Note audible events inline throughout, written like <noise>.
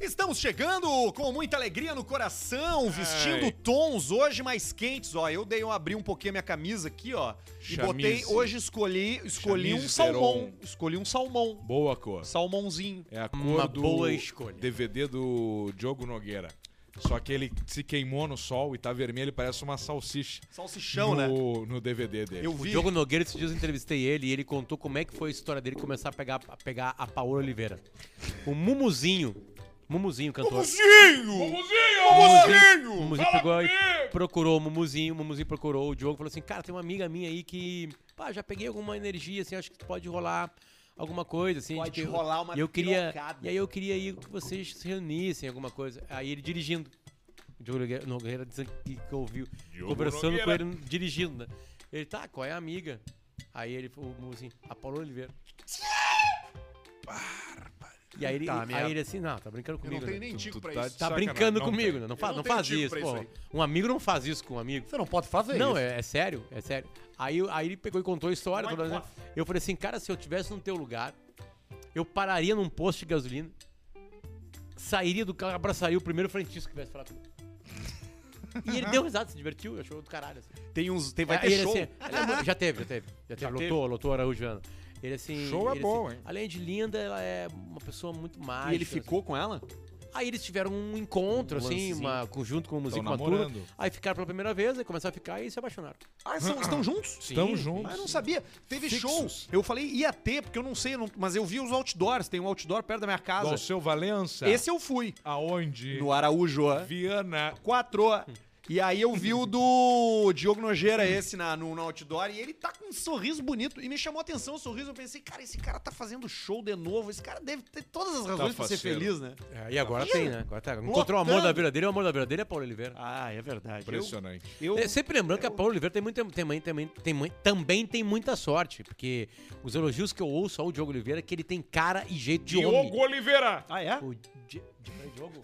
Estamos chegando com muita alegria no coração, vestindo Ai. tons hoje mais quentes. Ó, eu dei um abri um pouquinho a minha camisa aqui, ó, e Chamise. botei hoje escolhi, escolhi um Chamise salmão, Zeron. escolhi um salmão, Boa cor. salmãozinho. É a cor Uma do boa escolha. DVD do Diogo Nogueira. Só que ele se queimou no sol e tá vermelho, parece uma salsicha. Salsichão, né? no, no DVD dele. Eu O vi. Diogo Nogueira, esses dias eu entrevistei ele e ele contou como é que foi a história dele começar a pegar a, pegar a Paola Oliveira. O Mumuzinho, Mumuzinho cantor. Mumuzinho! Mumuzinho pegou e procurou o Mumuzinho, o Mumuzinho procurou o Diogo e falou assim, cara, tem uma amiga minha aí que, pá, já peguei alguma energia, assim, acho que pode rolar alguma coisa, assim. Pode tipo, rolar uma e eu queria pirocada. E aí eu queria aí que vocês se reunissem, alguma coisa. Aí ele dirigindo. O Diogo Nogueira- Nogueira dizendo que, que ouviu, Diogo conversando com Nogueira. ele, dirigindo, né? Ele, tá, qual é a amiga? Aí ele, o Mumuzinho, a Paola Oliveira. E aí ele, Tá, minha- aí ele assim, não, tá brincando Eu comigo. não tenho né? nem tico tu pra tá isso. de- Tá Sacanagem, brincando não comigo, tem. né? Não, fa- Eu não não tenho faz digo isso, pra pô. isso aí. Um amigo não faz isso com um amigo. Você não pode fazer Não, isso. é, é sério, é sério. Aí, eu- aí ele pegou e contou a história. toda, né? Eu falei assim, cara, se eu tivesse no teu lugar, eu pararia num posto de gasolina, sairia do carro, abraçaria o primeiro frentista que viesse falar comigo. E ele deu risada, se divertiu, achou do caralho. Assim. Tem uns, tem, Aí ele, assim, ela é mu- já teve, já teve. Já teve, lotou, lotou Araújoana. Ele assim. Show é ele, bom, assim, hein? Além de linda, ela é uma pessoa muito mágica. e ele assim. ficou com ela? Aí eles tiveram um encontro, Um assim, lancezinho. uma, com- junto com o Musico Tão uma turma. namorando. Aí ficaram pela primeira vez, aí começaram a ficar e se apaixonaram. Ah, são- estão juntos? Estamos Sim, juntos. Ah, eu não sabia. Teve Fixos. shows. Eu falei ia ter, porque eu não sei, eu não- mas eu vi os outdoors. Tem um outdoor perto da minha casa. Do seu Valença. Esse eu fui. Aonde? No Araújo, ó. Viana. quatro. ó. E aí eu vi o do Diogo Nogueira esse na, no, no outdoor e ele tá com um sorriso bonito. E me chamou a atenção o sorriso. Eu pensei, cara, esse cara tá fazendo show de novo. Esse cara deve ter todas as razões pra ser faceiro. feliz, né? É, e agora tem, né? Agora tá. Lotando. Encontrou o amor da vida dele, o amor da vida dele é Paulo Oliveira. Ah, é verdade. Impressionante. Eu, É, sempre lembrando que a Paula Oliveira tem muita, tem, mãe- tem, mãe- tem mãe- também tem muita sorte, porque os elogios que eu ouço ao Diogo Oliveira é que ele tem cara e jeito de Diogo homem. Oliveira. Ah, é? O Di- Di- é Diogo?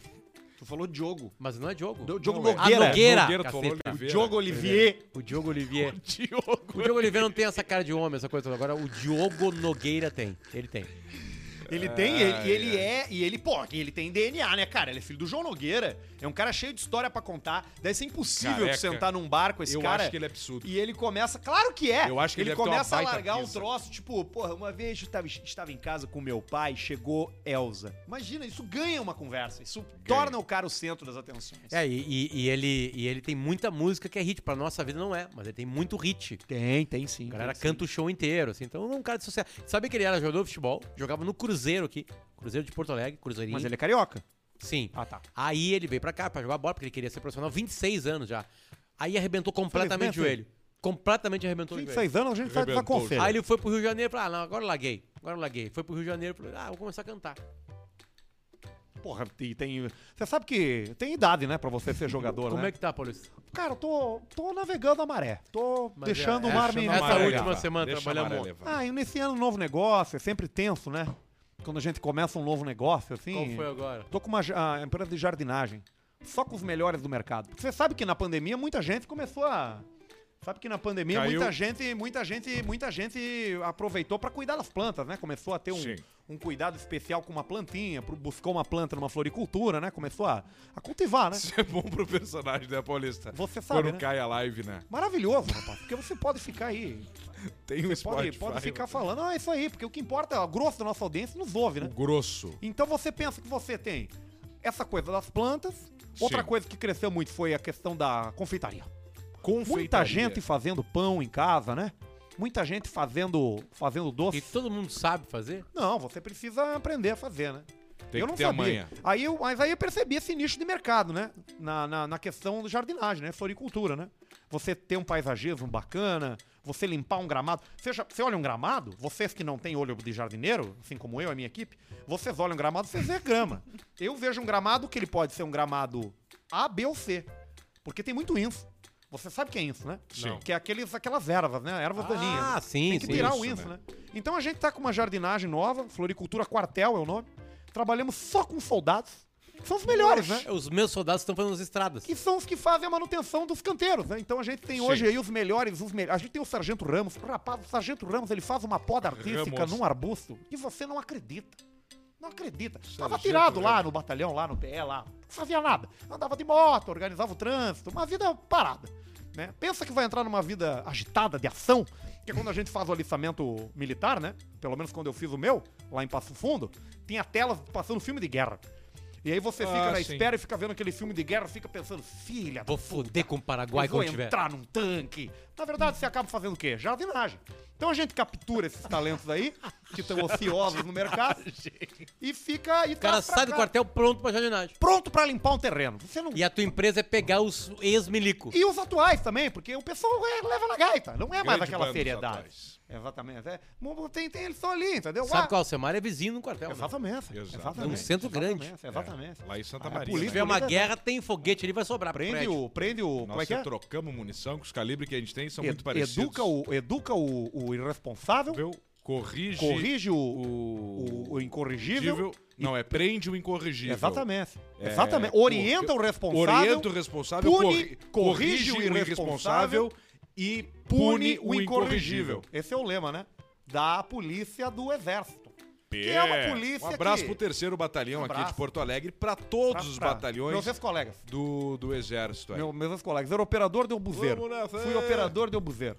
Tu falou Diogo. Mas não é Diogo. Do- Diogo Não, é. Ah, Nogueira. Nogueira. Nogueira, tu falou caceta. Oliveira. Diogo Olivier. <laughs> O Diogo Oliveira. Diogo. O Diogo Oliveira não tem essa cara de homem, essa coisa toda. Agora o Diogo Nogueira tem. Ele tem. Ele tem, ele, e ele é, e ele, pô, ele tem DNA, né, cara? Ele é filho do João Nogueira. É um cara cheio de história pra contar. Deve ser impossível Careca. tu sentar num bar com esse Eu cara. acho que ele é absurdo. E ele começa, claro que é. Eu acho que ele deve ter começa uma a baita largar um pizza. troço, tipo, porra, uma vez eu estava, estava em casa com meu pai, chegou Elsa. Imagina, isso ganha uma conversa, isso torna o cara o centro das atenções. É, e, e- e ele, e ele tem muita música que é hit. Pra nossa vida não é, mas ele tem muito hit. Tem, tem sim. O cara era canta o show inteiro, assim. Então é um cara de sucesso. Sabe que ele era jogador de futebol, jogava no Cruzeiro aqui. Cruzeiro de Porto Alegre, Cruzeirinho. Mas ele é carioca. Sim. Ah, tá. Aí ele veio pra cá pra jogar bola, porque ele queria ser profissional, 26 anos já. Aí arrebentou completamente o Felizmente. joelho. Completamente arrebentou o joelho. 26 anos a gente vai pra Arrebentou. conselho. Aí ele foi pro Rio de Janeiro e falou: ah, não, agora eu larguei. Agora eu larguei. Foi pro Rio de Janeiro e falou: ah, vou começar a cantar. Porra, e tem. Você sabe que tem idade, né, pra <laughs> você ser jogador, Como né? é que tá, Paulista? Cara, eu tô, tô navegando a maré. Tô Mas deixando é- o mar me. deixando a me Essa Amarelo, última cara. semana Deixa trabalhamos. amarelo, Evandro. Ah, iniciando um novo negócio, é sempre tenso, né? Quando a gente começa um novo negócio, assim. Qual foi agora? Tô com uma ja- a empresa de jardinagem. Só com os melhores do mercado. Porque você sabe que na pandemia muita gente começou a. Sabe que na pandemia Caiu. muita gente, muita gente, muita gente aproveitou pra cuidar das plantas, né? Começou a ter um, Sim. um cuidado especial com uma plantinha, pro- buscou uma planta numa floricultura, né? Começou a, a cultivar, <laughs> né? Isso é bom pro personagem da Paulista. Você Quando sabe, né? cai a live, né? Maravilhoso, rapaz. Porque você pode ficar aí. Tem um Pode, Spotify. pode ficar falando, ah, é isso aí, porque o que importa é o grosso da nossa audiência nos ouve, né? O grosso. Então você pensa que você tem essa coisa das plantas. Outra Sim. coisa que cresceu muito foi a questão da confeitaria. Confeitaria. Muita gente fazendo pão em casa, né? Muita gente fazendo, fazendo doce. E todo mundo sabe fazer? Não, você precisa aprender a fazer, né? Tem eu que não ter a manha. sabia. Aí eu, mas aí eu percebi esse nicho de mercado, né? Na, na, na questão do jardinagem, né? Floricultura, né? Você ter um paisagismo bacana, você limpar um gramado. Você, já- você olha um gramado, vocês que não têm olho de jardineiro, assim como eu e a minha equipe, vocês olham um gramado, vocês vê grama. Eu vejo um gramado que ele pode ser um gramado A, B ou C. Porque tem muito info. Você sabe o que é info, né? Sim. Que é aqueles, aquelas ervas, né? Ervas daninhas. Ah, sim, Tem que sim. tirar isso, o info, né? Então a gente tá com uma jardinagem nova, Floricultura Quartel é o nome. Trabalhamos só com soldados, que são os melhores, né? É, Os meus soldados estão fazendo as estradas. Que são os que fazem a manutenção dos canteiros, né? Então a gente tem Sim. hoje aí os melhores, os melhores. A gente tem o Sargento Ramos. Rapaz, o Sargento Ramos, ele faz uma poda artística Ramos. num arbusto e você não acredita. Não acredita. era Tava jeito, tirado lá né? no batalhão, lá no PE, lá. Não fazia nada. Andava de moto, organizava o trânsito, uma vida parada. né? Pensa que vai entrar numa vida agitada de ação, que é quando a gente faz o alistamento militar, né? Pelo menos quando eu fiz o meu, lá em Passo Fundo, tinha telas passando filme de guerra. E aí você fica Ah, na sim. espera e fica vendo aquele filme de guerra, fica pensando, filha da Vou foder com o Paraguai eu vou quando tiver. entrar num tanque. Na verdade, você acaba fazendo o quê? Jardinagem. Então a gente captura esses talentos aí, que estão ociosos no <laughs> mercado, e fica... E tá O cara sai do quartel pronto pra jardinagem. Pronto pra limpar um terreno. Você não... E a tua empresa é pegar os ex-milico. E os atuais também, porque o pessoal é- leva na gaita. Não é mais Grande aquela banda dos seriedade. atuais. Exatamente. É, mu- tem, tem, eles estão ali, entendeu? Sabe Ah, qual? O Semar é vizinho no quartel. né? Exatamente. Exatamente. exatamente. Num centro grande. É. Exatamente. exatamente. Lá em Santa A Maria. Se polícia- né? tiver uma Polícia- guerra, tem foguete ali, vai sobrar. pro Prende prédio. o... Prende o... como é Nós que é? trocamos munição, que os calibres que a gente tem são Ed- muito parecidos. Educa o, educa o, o irresponsável, Viu? Corrige, corrige o... o... o, o incorrigível. Não, é prende o incorrigível. Exatamente. É, Exatamente. cor- Orienta o responsável. Orienta o responsável, pune, corri- corrige corrige o o irresponsável irresponsável e pune o incorrigível. Esse é o lema, né? Da polícia do exército. Que É. é uma polícia Um abraço que- pro terceiro batalhão Um aqui abraço. de Porto Alegre, pra todos Pra- tá. os pra- batalhões Meus ex-colegas. do, do exército aí. Meu, meus ex-colegas. Era operador de obuzeiro. Vamos nessa, Fui é. Hum. operador de obuzeiro.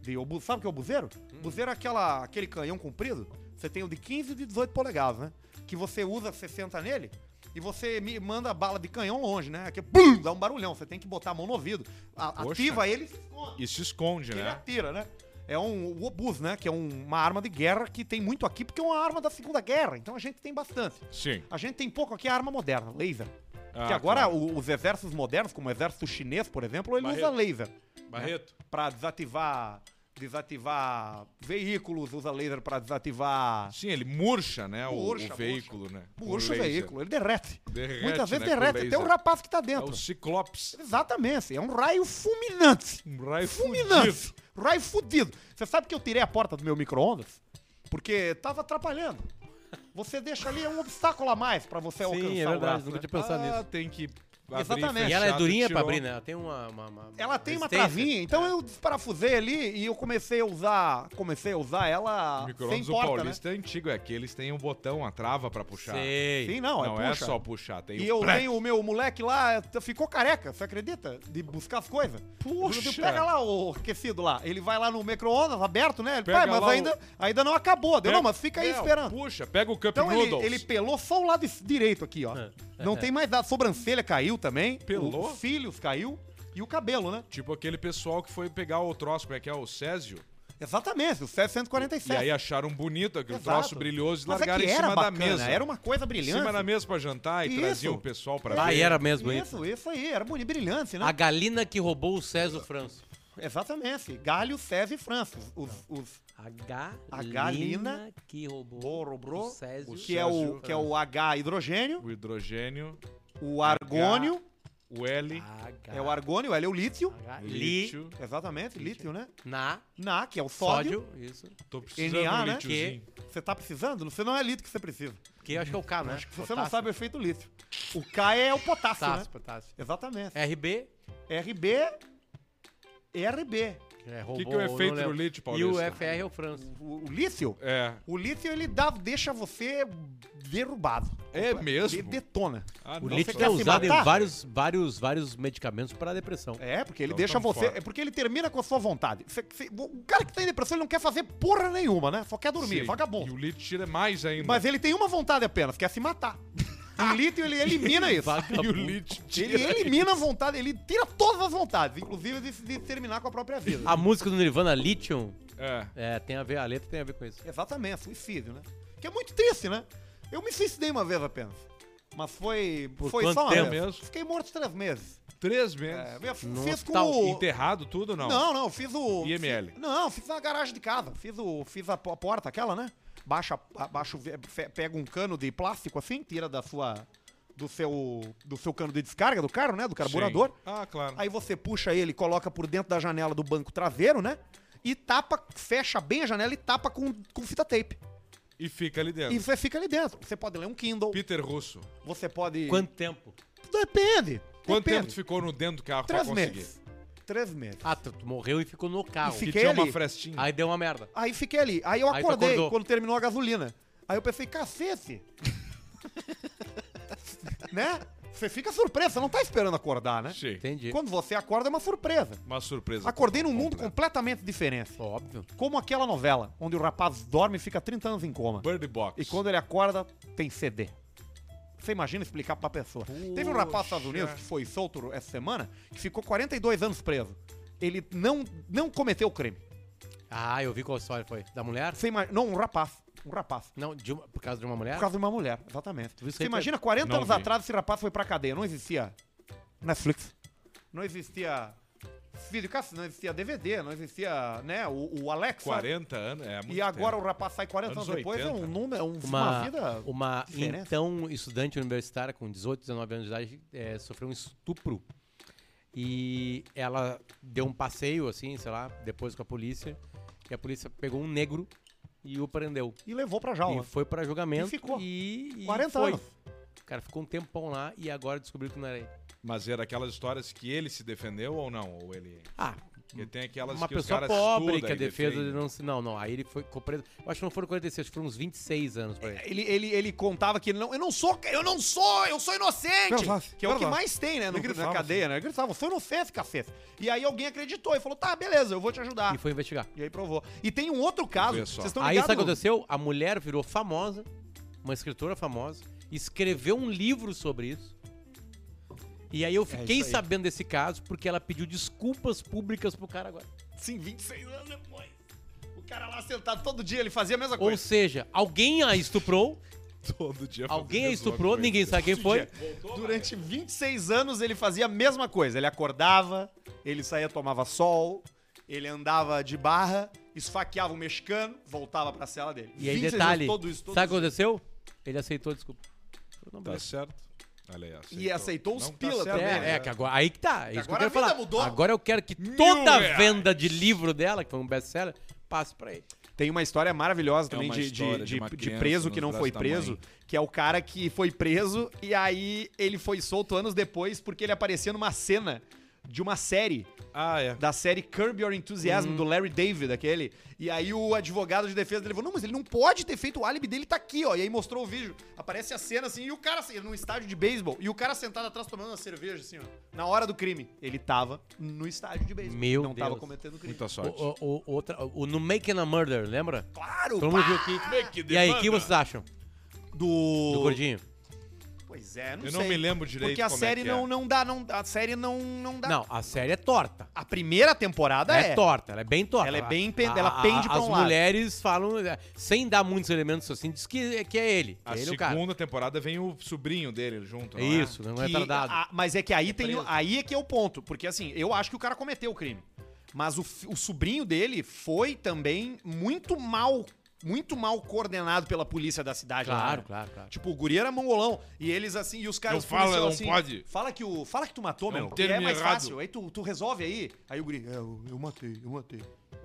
De obu... Sabe o que é obuzeiro? Obuzeiro é aquela, aquele canhão comprido. Você tem o de 15 e de 18 polegadas, né? Que você usa, você senta nele e você me manda a bala de canhão longe, né? Que bum, dá um barulhão. Você tem que botar a mão no ouvido. A- Poxa. ativa ele e se esconde. E se esconde, que ele né? atira, né? É um o obus, né? Que é um- uma arma de guerra que tem muito aqui, porque é uma arma da Segunda Guerra, então a gente tem bastante. Sim. A gente tem pouco aqui a arma moderna, laser. Ah, que agora claro. o- os exércitos modernos, como o exército chinês, por exemplo, ele Barreto. usa laser né? Barreto. pra desativar desativar veículos, usa laser pra desativar Sim, ele murcha, né? o- Murcha, o, murcha. veículo, né? Com murcha o laser. veículo, ele derrete. Derrete, Muitas vezes né, com derrete até laser. o rapaz que tá É dentro. o Ciclopes. Exatamente, é um raio fulminante. Um raio fulminante. fudido. Raio fudido. Você sabe que eu tirei a porta do meu micro-ondas? Porque tava atrapalhando. Você deixa ali um obstáculo a mais pra você alcançar Sim, é o verdade. braço, Nunca né? tinha pensado ah, nisso. tem que abrir, Exatamente. E ela é fechar, tu durinha pra tirou. abrir, né? Ela tem uma. uma- uma- Ela tem uma resistência. travinha, então eu desparafusei ali e eu comecei a usar, comecei a usar ela sem Micro-ondas do porta, né? Paulista é antigo, é que eles têm um botão, uma trava pra puxar. Sei. Sim, não, Não, é, é puxa. só puxar, tem E o eu plec. tenho o meu moleque lá, t- ficou careca, você acredita? De buscar as coisas. Puxa! Eu digo, Pega lá o aquecido lá. Ele vai lá no micro-ondas aberto, né? Ele, Pega pai, mas lá o- ainda, ainda não acabou. Deu, Pega- não, mas fica aí Não, esperando. Puxa, pega o Cup Então ele, Noodles. ele pelou só o lado es- direito aqui, ó. Não tem mais nada. A sobrancelha caiu também. Pelou? Os cílios caiu. E o cabelo, né? Tipo aquele pessoal que foi pegar o troço, como é que é? O Césio. Exatamente, o Césio 147. E aí acharam bonito aquele Exato. troço brilhoso e Mas é que largaram em era cima da bacana, mesa. Era uma coisa Em brilhante. cima da mesa pra jantar e Isso. traziam o pessoal pra Ah, ver. e era mesmo, hein? Isso, isso aí. Era bonito, brilhante, né? A galina que roubou o César Franço. Exatamente. Galho, Césio e França. Os, os, A galina, galina que roubou Borobro, o Césio. que, é o, que é o H hidrogênio, O hidrogênio, o argônio, o L, é o argônio, L é o lítio. Li, lítio. Exatamente, lítio, né? na, Na, que é o sódio. sódio, isso. Tô precisando Na, de um né? lítiozinho. Você tá precisando? Você não é lítio que você precisa. Que eu acho que é o K, né? Acho que você não sabe o efeito lítio. O K é o potássio, Potássio, né? potássio. Exatamente. RB, RB, RB. é, roubou. que é o não efeito lembro. do lítio, E o Paulista? FR é o Franço. O, o lítio, É. o lítio ele dá, deixa você derrubado. É mesmo? Ele detona. Ah, O não, lítio tá- quer é se usado em matar? vários, vários, vários medicamentos para depressão. É, porque ele Então deixa tamo você. fora. É porque ele termina com a sua vontade. Cê- cê- o cara que tá em depressão ele não quer fazer porra nenhuma, né? Só quer dormir, Sim. E vagabundo. o lítio tira mais ainda. Mas ele tem uma vontade apenas, que é se <laughs> matar. O lítio ele elimina isso. E o <laughs> Vagabundo. lítio tira... Ele elimina a vontade, ele tira todas as vontades, inclusive de, de terminar com a própria vida. A música do Nirvana, Lithium, É. é, tem a ver, a letra tem a ver com isso. Exatamente, suicídio, né? Que é muito triste, né? Eu me suicidei uma vez apenas. Mas foi. Por foi quanto só uma tempo? vez. Mesmo? Fiquei morto três meses. Três meses. É, eu No fiz com hospital, o. tá Enterrado tudo ou não? Não, não, fiz o. IML. fi- não, fiz na garagem de casa. Fiz, o, fiz a, po- a porta, aquela, né? Baixa, a- baixa, o ve- fe- pega um cano de plástico assim, tira da sua. Do seu, do seu cano de descarga do carro, né? Do carburador. Sim. Ah, claro. Aí você puxa ele, coloca por dentro da janela do banco traseiro, né? E tapa, fecha bem a janela e tapa com, com fita tape. E fica ali dentro. E você fica ali dentro. Você pode ler um Kindle, Peter Russo. você pode. Quanto tempo? Depende. Quanto depende. tempo tu ficou no dentro do carro Três pra conseguir? meses. Três meses. Ah, tu, tu morreu e ficou no carro. Fiquei Que tinha uma ali. frestinha. Aí deu uma merda. Aí fiquei ali. Aí eu Aí tu acordei acordou. <laughs> quando terminou a gasolina. Aí eu pensei, cacete, né? Você fica surpreso, você não tá esperando acordar, né? Sim. Entendi. Quando você acorda é uma surpresa. Uma surpresa. Acordei num mundo completamente diferente. Óbvio. Como aquela novela, onde o rapaz dorme e fica 30 anos em coma. Bird Box. E quando ele acorda, tem CD. Você imagina explicar pra pessoa. Teve um rapaz dos Estados Unidos que foi solto essa semana, que ficou 42 anos preso. Ele não, não cometeu o crime. Ah, eu vi qual história foi. Da mulher? Você imagina, não, um rapaz. Um rapaz. Não, de uma- por causa de uma mulher? Por causa de uma mulher, exatamente. Tu viu É. isso tá- Você aí, imagina, 40 Não anos vi. atrás, esse rapaz foi pra cadeia. Não existia Netflix. Não existia videocast, não existia DVD, não existia, né, o, o Alexa. 40 anos, é muito e agora tempo. o rapaz sai 40 anos, Anos depois, é 80. um número, é um- uma, uma, vida... uma diferente. então estudante universitária com 18, 19 anos de idade eh, sofreu um estupro. E ela deu um passeio, assim, sei lá, depois com a polícia. E a polícia pegou um negro e o prendeu. E levou pra E jaula. foi pra julgamento. E ficou. E, e 40 foi. anos. O cara ficou um tempão lá e agora descobriu que não era ele. Mas era aquelas histórias que ele se defendeu ou não? Ou ele. Ah, Porque tem aquelas uma que os pessoa caras pobre estudam que a e defesa defendem. não se. Não, não. Aí ele foi ficou preso. Eu acho que não foram 46, acho que foram uns 26 anos pra ele. É, Ele, ele, ele contava que ele não, eu não sou, eu não sou, eu sou inocente. Verdade, que é o que verdade. mais tem, né? No, Ele na gritava assim. cadeia, né? Ele gritava, você não fez, cacete. E aí alguém acreditou e falou, tá, beleza, eu vou te ajudar. E foi investigar. E aí provou. E tem um outro caso, Vê só. vocês estão Aí sabe o que ligados? aconteceu? A mulher virou famosa, uma escritora famosa, escreveu um livro sobre isso. E aí eu É fiquei sabendo desse caso porque ela pediu desculpas públicas pro cara agora. Sim, 26 anos depois. O cara lá sentado todo dia, ele fazia a mesma Ou coisa. seja, alguém a estuprou, Todo dia alguém fazendo a mesma estuprou, coisa. ninguém sabe quem foi. Durante 26 anos ele fazia a mesma coisa. Ele acordava, ele saía, tomava sol, ele andava de barra, esfaqueava o mexicano, voltava pra cela dele. E aí 26 detalhe, anos, todo isso, todo sabe o que isso. aconteceu? Ele aceitou a desculpa. Falou, não, Tá beleza. certo. Olha aí, aceitou. E aceitou os Não tá pila certo, também, né? É, é, que agora, aí que tá. é isso que eu agora quero a vida falar. mudou. Agora eu quero que Mil toda a reais. venda de livro dela, que foi um best-seller, passe pra ele. Tem uma história maravilhosa também uma de, história de, de de- uma de criança preso nos que não braços foi da preso, mãe. que é o cara que foi preso e aí ele foi solto anos depois porque ele aparecia numa cena de uma série, Ah, é. da série Curb Your Enthusiasm, Hum. do Larry David, aquele. E aí o advogado de defesa dele falou, não, mas ele não pode ter feito o álibi dele, tá aqui, ó. E aí mostrou o vídeo, aparece a cena assim, e o cara, assim, num estádio de beisebol, e o cara sentado atrás tomando uma cerveja, assim, ó. Na hora do crime, ele tava no estádio de beisebol. Meu Não tava Deus. Então, cometendo crime. Muita sorte. O, o- o- outra, o No Making a Murder, lembra? Claro, Todo mundo viu aqui. E aí, o que vocês acham Do... do gordinho? Pois é, não Eu sei. não me lembro direito Porque a como é série que é. não, não dá, não, a série não, não dá. Não, a série é torta. A primeira temporada Ela é, é. torta, ela é bem torta. Ela é bem pen- ela pende pra um As lado. mulheres falam, eh, sem dar muitos elementos assim, diz que, que é ele. que A é ele o cara. segunda temporada vem o sobrinho dele junto. É não é? isso, não é Que- tardado. a- mas é que aí, tem, preso. aí é que é o ponto. Porque assim, eu acho que o cara cometeu o crime. Mas o, fi- o sobrinho dele foi também muito mal, muito mal coordenado pela polícia da cidade. lá, É. Claro, né? claro, claro. Tipo, o guri era mongolão. E eles assim, e os caras Não fala, policial, não assim, pode. Fala que, o, fala que tu matou, É um meu. termo é mais errado. fácil. Aí tu, tu resolve aí. Aí o guri, é, eu, eu matei, eu matei.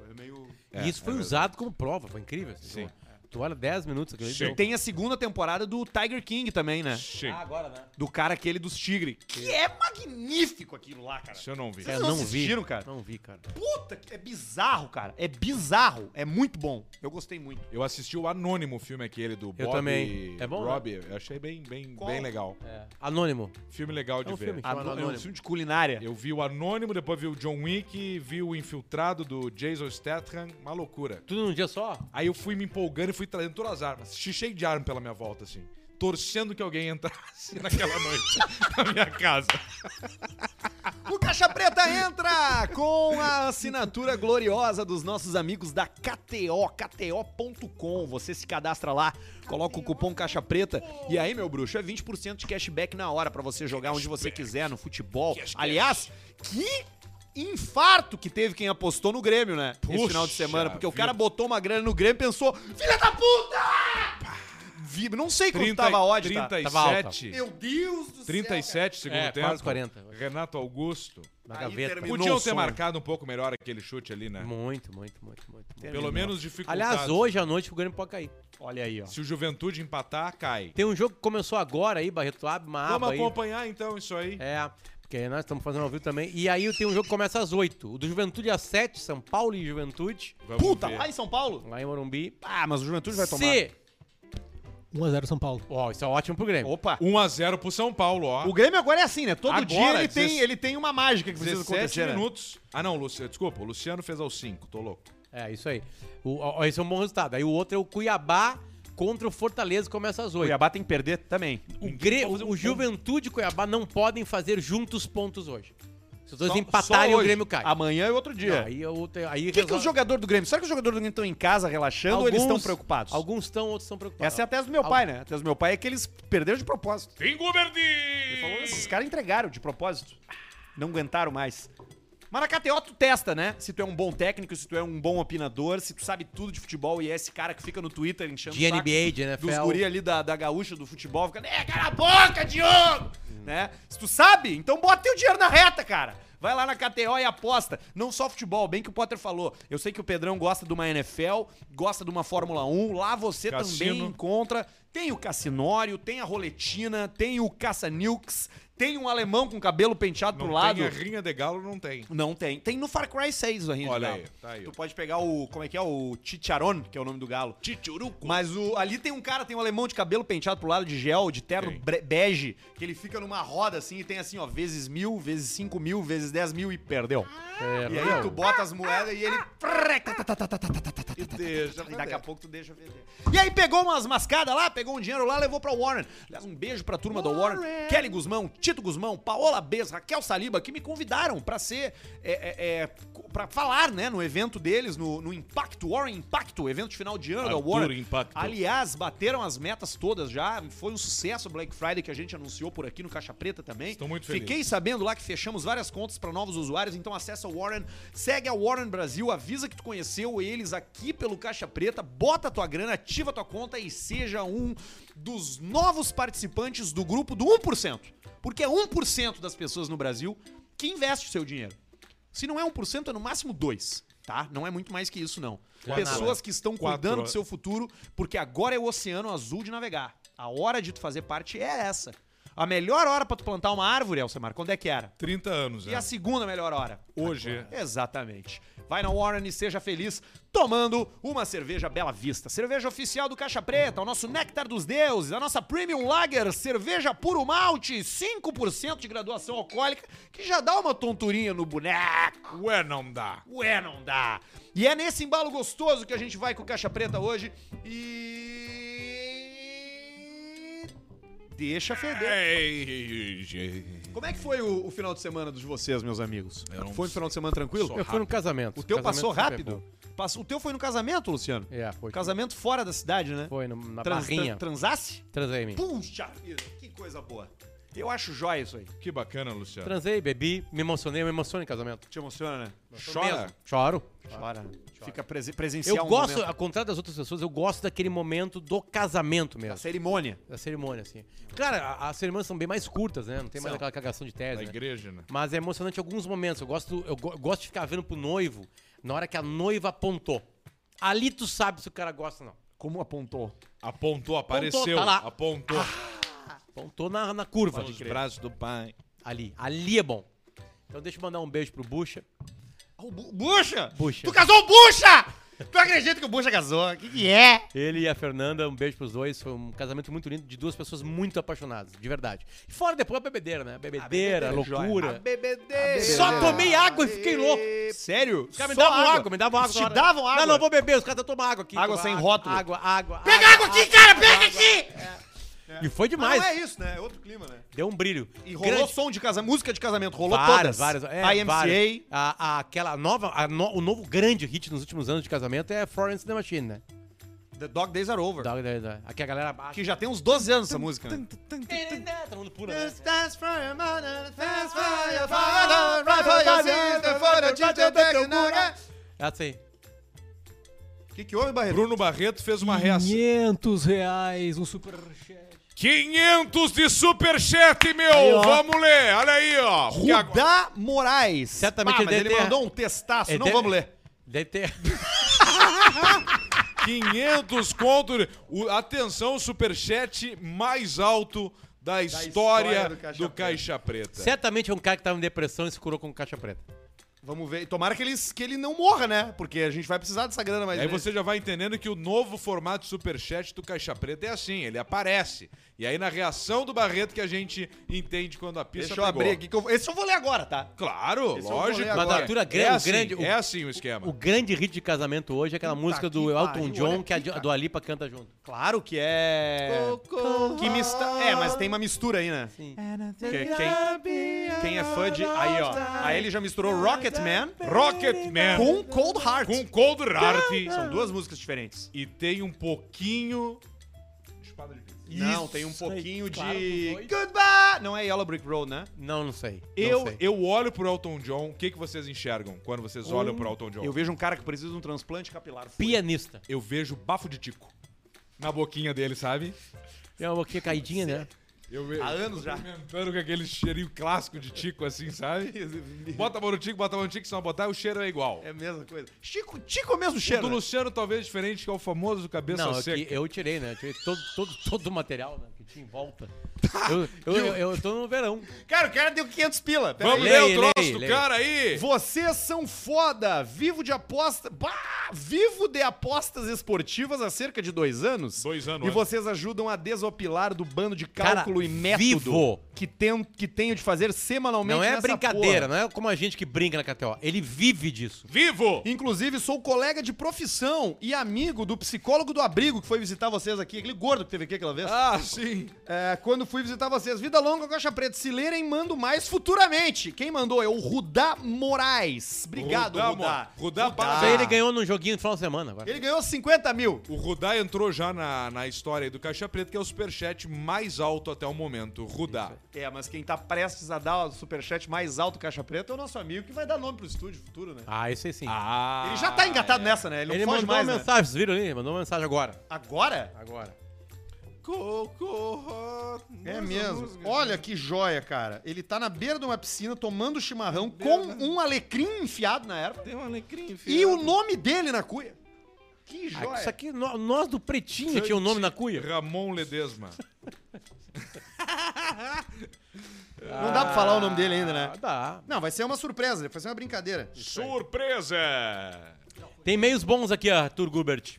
É meio... É, e isso foi é usado como prova, foi incrível. assim. Sim. Tu- Tu olha 10 minutos aquele Sim. E tem a segunda temporada do Tiger King também, né? Sim. agora né? Do cara aquele dos tigres. Que é magnífico aquilo lá, cara. Isso eu não vi. É, não não vi. assistiram, cara? Não vi, cara. Puta, que é bizarro, cara. É bizarro. É muito bom. Eu gostei muito. Eu assisti o Anônimo, o filme aquele do Bob. também. É bom, né? Rob, eu achei bem, bem, Qual? É. bem legal. Anônimo. Filme legal de um ver. filme. Chama Ano- É um Anônimo. filme de culinária. Eu vi o Anônimo, depois vi o John Wick, vi o Infiltrado do Jason Statham, uma loucura. Tudo num dia só? Aí eu fui me empolgando e fui trazendo todas as armas, Assisti cheio de arma pela minha volta, assim. Torcendo que alguém entrasse <laughs> naquela noite na minha casa. O Caixa Preta entra com a assinatura gloriosa dos nossos amigos da KTO, kto.com. Você se cadastra lá, coloca o cupom Caixa Preta e aí, meu bruxo, é 20% de cashback na hora pra você jogar onde você quiser, no futebol. Aliás, que infarto que teve quem apostou no Grêmio, né? Esse Puxa final de semana, porque o vida. cara botou uma grana no Grêmio e pensou: "Filha da puta!" Vi- Não sei quanto tava a odd, tá? 37, Tava alta. Meu Deus do céu. 37 segundo É, tempo. quase 40. Renato Augusto. Na Aí gaveta. terminou. Podiam ter sonho. marcado um pouco melhor aquele chute ali, né? Muito, muito, muito, muito. muito. Pelo menos dificuldade. Aliás, hoje à noite o Grêmio pode cair. Olha aí, ó. Se o Juventude empatar, cai. Tem um jogo que começou agora aí, Barreto, tu abre uma Vamos aba aí. acompanhar então isso aí. É, porque nós estamos fazendo ao vivo também. E aí tem um jogo que começa às 8. O do Juventude às 7, São Paulo e Juventude, Vamos Puta, ver. lá em São Paulo? lá em Morumbi. Ah, mas o Juventude vai tomar. Se 1x0 São Paulo. Ó, isso é ótimo pro Grêmio. Opa! 1x0 pro São Paulo, ó. O Grêmio agora é assim, né? Todo Agora, dia ele, tem, dezesse- ele tem uma mágica que precisa 17 acontecer. né? minutos. Ah, não, Luciano, desculpa. O Luciano fez aos 5, tô louco. É, isso aí. O, ó, esse é um bom resultado. Aí o outro é o Cuiabá contra o Fortaleza, começa às O 8. Cuiabá tem que perder também. O, Gre... um o, o Juventude e o Cuiabá não podem fazer juntos pontos hoje. Se os dois Só- empatarem, só o hoje. Grêmio cai. Então, Amanhã é outro dia. Não, aí eu te- aí O que, que os jogadores do Grêmio? Será que os jogadores do Grêmio estão em casa relaxando ou eles estão preocupados? Alguns estão, outros estão preocupados. Essa é a tese do meu Al- pai, né? A tese do meu pai é que eles perderam de propósito. Pingo Verde! Falou, assim, esses caras entregaram de propósito. Não aguentaram mais. Maracateó, tu testa, né? Se tu é um bom técnico, se tu é um bom opinador, se tu sabe tudo de futebol e é esse cara que fica no Twitter enchendo de o saco NBA, É de dos NFL. guri ali da, da gaúcha do futebol, fica, é, cala a boca, Diogo! Hum. Né? Se tu sabe, então bota teu dinheiro na reta, cara. Vai lá na KTO e aposta. Não só futebol, bem que o Potter falou. Eu sei que o Pedrão gosta de uma NFL, gosta de uma Fórmula 1. Lá você também Cassino. encontra. Tem o Cassinório, tem a Roletina, tem o Caça Nukes, tem um alemão com cabelo penteado Não pro lado. tem a rinha de galo, não tem. Não tem. Tem no Far Cry 6 o Rinha Olha de Galo. aí, tá aí, tu ó. pode pegar o. Como é que é? O Chicharon, que é o nome do galo. Chichuruco. Mas o, ali tem um cara, tem um alemão de cabelo penteado pro lado de gel, de terno Tem. bre- bege, que ele fica numa roda assim e tem assim, ó, vezes mil, vezes cinco mil, vezes dez mil e perdeu. e aí tu bota as moedas e ele. tá E deixa, E tá, daqui a pouco tu deixa vender. E aí pegou umas mascadas lá, pegou um dinheiro lá, levou pra Warren. Aliás, um beijo pra turma da Warren. Kelly Guzmão, Tito Guzmão, Paola Bez, Raquel Saliba, que me convidaram pra ser. É, para falar, né, no evento deles, no, no Impacto, Warren Impacto, evento de final de ano da Arthur Warren. Impacto. Aliás, bateram as metas todas já. Foi um sucesso o Black Friday que a gente anunciou por aqui no Caixa Preta também. Estou muito feliz. Fiquei sabendo lá que fechamos várias contas para novos usuários, então acessa o Warren, segue a Warren Brasil, avisa que tu conheceu eles aqui pelo Caixa Preta, bota a tua grana, ativa a tua conta e seja um dos novos participantes do grupo do 1%. Porque é 1% das pessoas no Brasil que investe o seu dinheiro. Se não é 1%, é no máximo 2%. Tá? Não é muito mais que isso, não. Quatro. Pessoas que estão Quatro cuidando do horas. seu futuro, porque agora é o oceano azul de navegar. A hora de tu fazer parte é essa. A melhor hora pra tu plantar uma árvore, Elcemar, quando é que era? 30 anos, E né? a segunda melhor hora? Hoje. Agora. Exatamente. Vai na Warren e seja feliz tomando uma cerveja Bela Vista. Cerveja oficial do Caixa Preta, o nosso néctar dos deuses, a nossa Premium Lager, cerveja puro malte, 5% de graduação alcoólica, que já dá uma tonturinha no boneco. Ué, não dá. Ué, não dá. E é nesse embalo gostoso que a gente vai com o Caixa Preta hoje e... Deixa feder. Ei, gente. Como é que foi o, o final de semana dos vocês, meus amigos? Eu não Foi um final de semana tranquilo? Só Eu fui no casamento. O teu Casamento passou super rápido? bom. Passou, o teu foi no casamento, Luciano? É, foi. Casamento fora da cidade, né? Foi no- na Trans- barrinha. tran- transasse? Transei em mim. Puxa, vida, que coisa boa. Eu acho jóia isso aí. Que bacana, Luciano. Transei, bebi, me emocionei, eu me emociono em casamento. Te emociona, né? Chora. Mesmo. Choro. Chora. Fica presen presencial Eu um gosto, momento. ao contrário das outras pessoas, eu gosto daquele momento do casamento A mesmo. cerimônia. Da cerimônia, assim. Claro, a- as cerimônias são bem mais curtas, né? Não tem mais São. aquela cagação de tese, Da né? igreja, né? Mas é emocionante em alguns momentos. Eu gosto, eu go- eu gosto de ficar vendo pro noivo na hora que a noiva apontou. Ali tu sabe se o cara gosta ou não. Como apontou? Apontou, apareceu. tá lá. Apontou. Apontou na, na curva. Nos braços do pai. Ali. Ali é bom. Então deixa eu mandar um beijo pro Bucha. Ah, o Bu- Bucha! Bucha. Tu casou o Bucha! Tu acredita que o Bucha casou? O que, que é? Ele e a Fernanda, um beijo pros dois. Foi um casamento muito lindo de duas pessoas muito apaixonadas, de verdade. E fora depois a bebedeira, né? Bebedeira, Ah, loucura. bebedeira. Só tomei água e fiquei louco. Sério? Os caras me Só davam água. me davam água. Eles na te hora. davam água? Não, não vou beber, os caras tomam água aqui. Água Toma sem água, rótulo. Água, água. Pega água aqui, cara! Pega aqui! E foi demais. Não é isso, né? É outro clima, né? Deu um brilho. E rolou Grande- som de casamento, música de casamento, rolou várias, todas. várias. É, IMCA. várias. A, a- aquela nova, a no- o novo grande hit nos últimos anos de casamento é Florence and the Machine, né? The Dog Days Are Over. Da, da, da- aqui a galera baixa. Que já tem uns 12 anos essa música, né? Todo mundo pula, né? Ah, Dance for your mother, dance for your father, run for your sister, for your teacher, take a knock. É Essa aí. O que, que houve, Barreto? Bruno Barreto fez uma reação. 500 reais, um superchat. 500 de superchat, meu! Aí, ó. Vamos ler, olha aí, ó. Porque agora- Rudá Moraes. Certamente Pá, ele É, mas deve ele ter- mandou um testaço, ele não deve- vamos ler. Deve ter. 500 conto. O, atenção, o superchat mais alto da história, do do, Caixa Caixa Preta. é Certamente é um cara que tava em depressão e se curou com caixa preta. Vamos ver. Tomara que ele, que ele não morra, né? Porque a gente vai precisar dessa grana mais Aí vezes. você já vai entendendo que o novo formato superchat do Caixa Preta é assim, ele aparece. E aí na reação do Barreto que a gente entende quando a pista Deixa eu abrir aqui. Que eu... vou- Esse eu vou ler agora, tá? Esse Claro, eu vou lógico. ler agora. é. Mas, Arthur, é o assim, grande- o- é assim o esquema. O grande hit de casamento hoje é aquela música Tá do que Elton pariu, olha John que a aqui, do Alipa canta junto. Claro que é. Que mista... É, mas tem uma mistura aí, né? Sim. Que- quem, quem é fã de. Aí, ó. Aí ele já misturou Rocketman Rocketman com Cold Heart. com Cold Heart São duas músicas diferentes. e tem um pouquinho espada de Cristo. Não, Isso tem um aí, pouquinho claro, de. não foi? Goodbye! Não é Yellow Brick Road, né? Não, não sei. Não Eu, sei. eu olho pro Elton John, o que, que vocês enxergam quando vocês olham pro Elton John? Eu vejo um cara que precisa de um transplante capilar. Pianista. eu vejo bafo de tico na boquinha dele, sabe? É uma boquinha caidinha, né? Eu vejo. Há anos já. Experimentando com aquele cheirinho clássico de tico, assim, sabe? Bota a mão no tico, bota a mão no tico, se não botar, o cheiro é igual. <laughs> É a mesma coisa. Chico, Chico é o mesmo o do cheiro. né? Luciano talvez diferente, que é o famoso cabeça Não, é seca. que eu tirei, né? Eu tirei todo, todo, todo o material né? que tinha em volta. Tá, Eu, eu, eu, eu tô no verão. Cara, o cara deu 500 pila. Pera Vamos aí. Lei, ler o lei, troço do lei. cara aí! Vocês são foda! Vivo de aposta. Bah! Vivo de apostas esportivas há cerca de dois anos. Dois anos, E é. vocês ajudam a desopilar do bando de Cara, cálculo e método vivo. Que, tem, que tenho de fazer semanalmente. Não é nessa brincadeira, porra. não é como a gente que brinca na KTO. Ele vive disso. Vivo! Inclusive, sou colega de profissão e amigo do psicólogo do abrigo que foi visitar vocês aqui, aquele gordo que teve aqui aquela vez. Ah, sim! É, quando fui visitar vocês, Vida Longa Caixa Preta, se lerem, mando mais futuramente. Quem mandou é o Rudá Moraes. Obrigado, Rudá, Rudá. amor. Rudá, Isso parabéns. aí ele ganhou num joguinho no final de semana agora. Ah. Ele ganhou 50 mil. O Rudá entrou já na, na história aí do Caixa Preta, que é o superchat mais alto até o momento. Rudá. É, mas quem tá prestes a dar o superchat mais alto Caixa Preta é o nosso amigo que vai dar nome pro estúdio futuro, né? Ah, isso aí sim. Ah! ele já tá engatado nessa, né? Ele não ele foge mandou mais, uma né? mensagem, vocês viram ali? Ele Mandou uma mensagem agora. Agora? Agora. Cocorro, É nossa mesmo. música. Olha que joia, cara. Ele tá na beira de uma piscina tomando chimarrão com um alecrim enfiado na erva Tem um alecrim, filho. e o nome dele na cuia. Que Ah, joia. isso aqui, no- nós do Pretinho tinha o nome na cuia. Ramon Ledesma. Não dá pra falar o nome dele ainda, né? Ah, dá. Não, vai ser uma surpresa, vai ser uma brincadeira. Surpresa! Tem meios bons aqui, Arthur Gubert.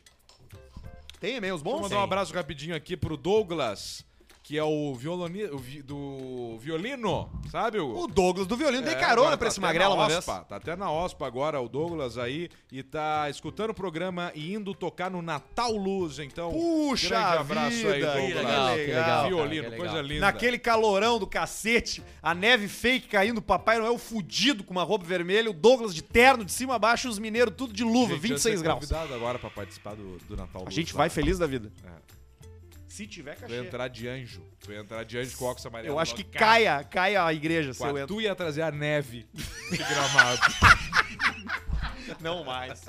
Tem e-mails Vou bons? mandar um abraço rapidinho aqui pro Douglas, que é o violoni... o vi- do violino, sabe? O Douglas do violino tem É, carona agora pra esse até magrelo na uma vez. ospa, Tá até na OSPA agora o Douglas aí e tá escutando o programa e indo tocar no Natal Luz, então. Puxa grande abraço aí, vida, Douglas. que legal, que legal, cara, Violino, que legal. coisa linda. Naquele calorão do cacete, a neve fake caindo, o Papai Noel fudido com uma roupa vermelha, o Douglas de terno de cima a baixo e os mineiros tudo de luva, Gente, eu 26 ser graus. convidado agora pra participar do, do Natal A Luz gente lá. vai feliz da vida. É. Se tiver Tu ia entrar de anjo. Tu ia entrar de anjo com óculos amarelo. Eu acho que Cara, caia, caia a igreja se eu entro. Tu ia trazer a neve de gramado. Não mais.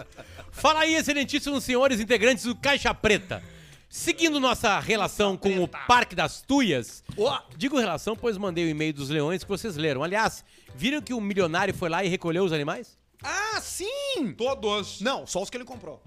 Fala aí, excelentíssimos senhores integrantes do Caixa Preta. Seguindo nossa relação com o Parque das Tuias, digo relação, pois mandei o e-mail dos leões que vocês leram. Aliás, viram que o milionário foi lá e recolheu os animais? Ah, sim! Todos. Não, só os que ele comprou.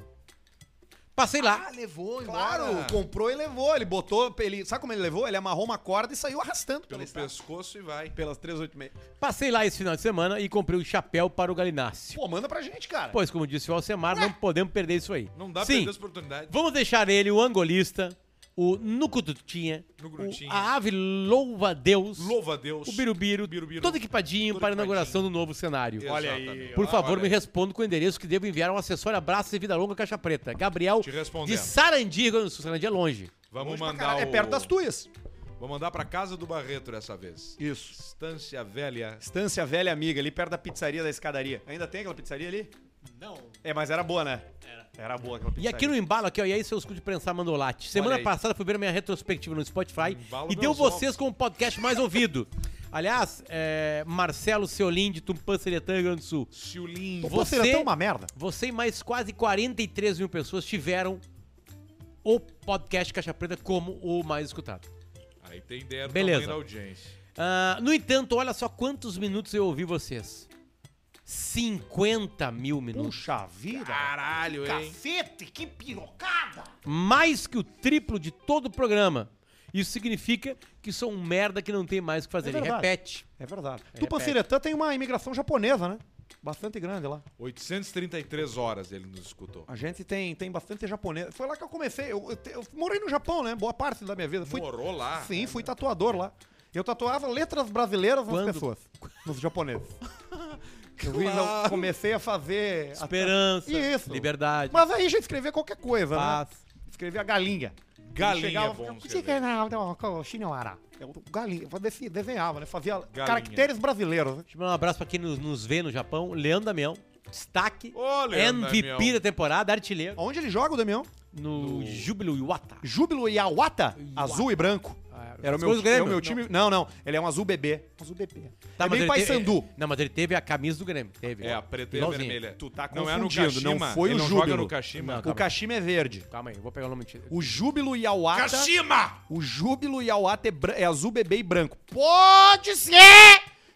Passei lá. Ah, levou Claro, comprou e levou. Ele botou, ele, sabe como ele levou? Ele amarrou uma corda e saiu arrastando pela Pelo estrada. pescoço e vai. pelas 386. Passei lá esse final de semana e comprei o chapéu para o Galinácio. Pô, manda pra gente, cara. Pois, como disse o Alcemar, não podemos perder isso aí. Não dá pra Sim, perder essa oportunidade. Vamos deixar ele o angolista, o Nucututinha, Nucurutinha. o- a ave louva-deus, Louva a Deus. o Birubiru, Birubiru. todo equipadinho Todo para a equipadinho. inauguração do novo cenário. Olha aí, Por favor, me responda com o endereço que devo enviar um ao acessório Abraço e Vida Longa Caixa Preta. Gabriel Te respondemos. de Sarandi, Rio Grande do Sul. Sarandi é longe. Vamos Longe pra mandar caralho. o... É perto das tuas. Vou mandar pra casa do Barreto dessa vez. Isso. Estância Velha. Estância Velha Amiga, ali perto da pizzaria da escadaria. Ainda tem aquela pizzaria ali? Não. É, mas era boa, né? Era. Era boa aquela E pizzaria. aqui no embalo, aqui, ó, e aí seus cu de prensar mandolate. Semana aí. passada fui ver a minha retrospectiva no Spotify Embalo e deu meus vocês como o podcast mais ouvido. Aliás, é, Marcelo Seolim de Tupã, Seretã, Rio Grande do Sul. Ciulim. Pô, você- Seretão é uma merda. Você e mais quase 43 mil pessoas tiveram o podcast Caixa Preta como o mais escutado. Aí tem ideia do Beleza. tamanho da audiência. Ah, no entanto, olha só quantos minutos eu ouvi vocês. 50 mil minutos. Puxa vida. Caralho, hein? Cacete, que pirocada. Mais que o triplo de todo o programa. Isso significa que sou um merda que não tem mais o que fazer. É Ele verdade. repete. É verdade. É, Tupanciretã tem uma imigração japonesa, né? Bastante grande lá. 833 horas ele nos escutou. A gente tem, tem bastante japonês. Foi lá que eu comecei. Eu, eu te- eu morei no Japão, né? Boa parte da minha vida. Fui, Morou lá. sim, fui tatuador lá. Eu tatuava letras brasileiras nas Quando? pessoas, nos <laughs> japoneses. Eu vim- Eu comecei a fazer... a- Esperança, Isso. liberdade, Mas aí já escrevia qualquer coisa, né? paz. Escrevia galinha. Galinha Chegava, é ficava, bom escrever. "Chiquenau, Shinoara." Eu, É galinha, eu desse- desenhava, né? Fazia Galinha. Tipo caracteres brasileiros. né? Deixa eu mandar um abraço pra quem nos, nos vê no Japão. Leandro Damião, destaque, Ô, Leandro MVP Damião. da temporada, artilheiro, Onde ele joga, o Damião? no Júbilo É Iwata. Júbilo Iawata, azul e branco. Era o As coisas meu, do Grêmio? é o meu time. Não. não, Ele é um azul bebê. Azul bebê. Tá, é mas bem ele teve- Paysandu. é, Não, mas ele teve a camisa do Grêmio. Teve. É, a preta e a Igualzinho. vermelha. Tu tá Não é no confundindo, Kashima. não foi ele o não Júbilo. joga no Kashima. Não, O Kashima é verde. Calma aí, eu vou pegar o nome de... O Júbilo Iawata. Kashima! O Júbilo Iawata é, bran- é azul bebê e branco. Pode ser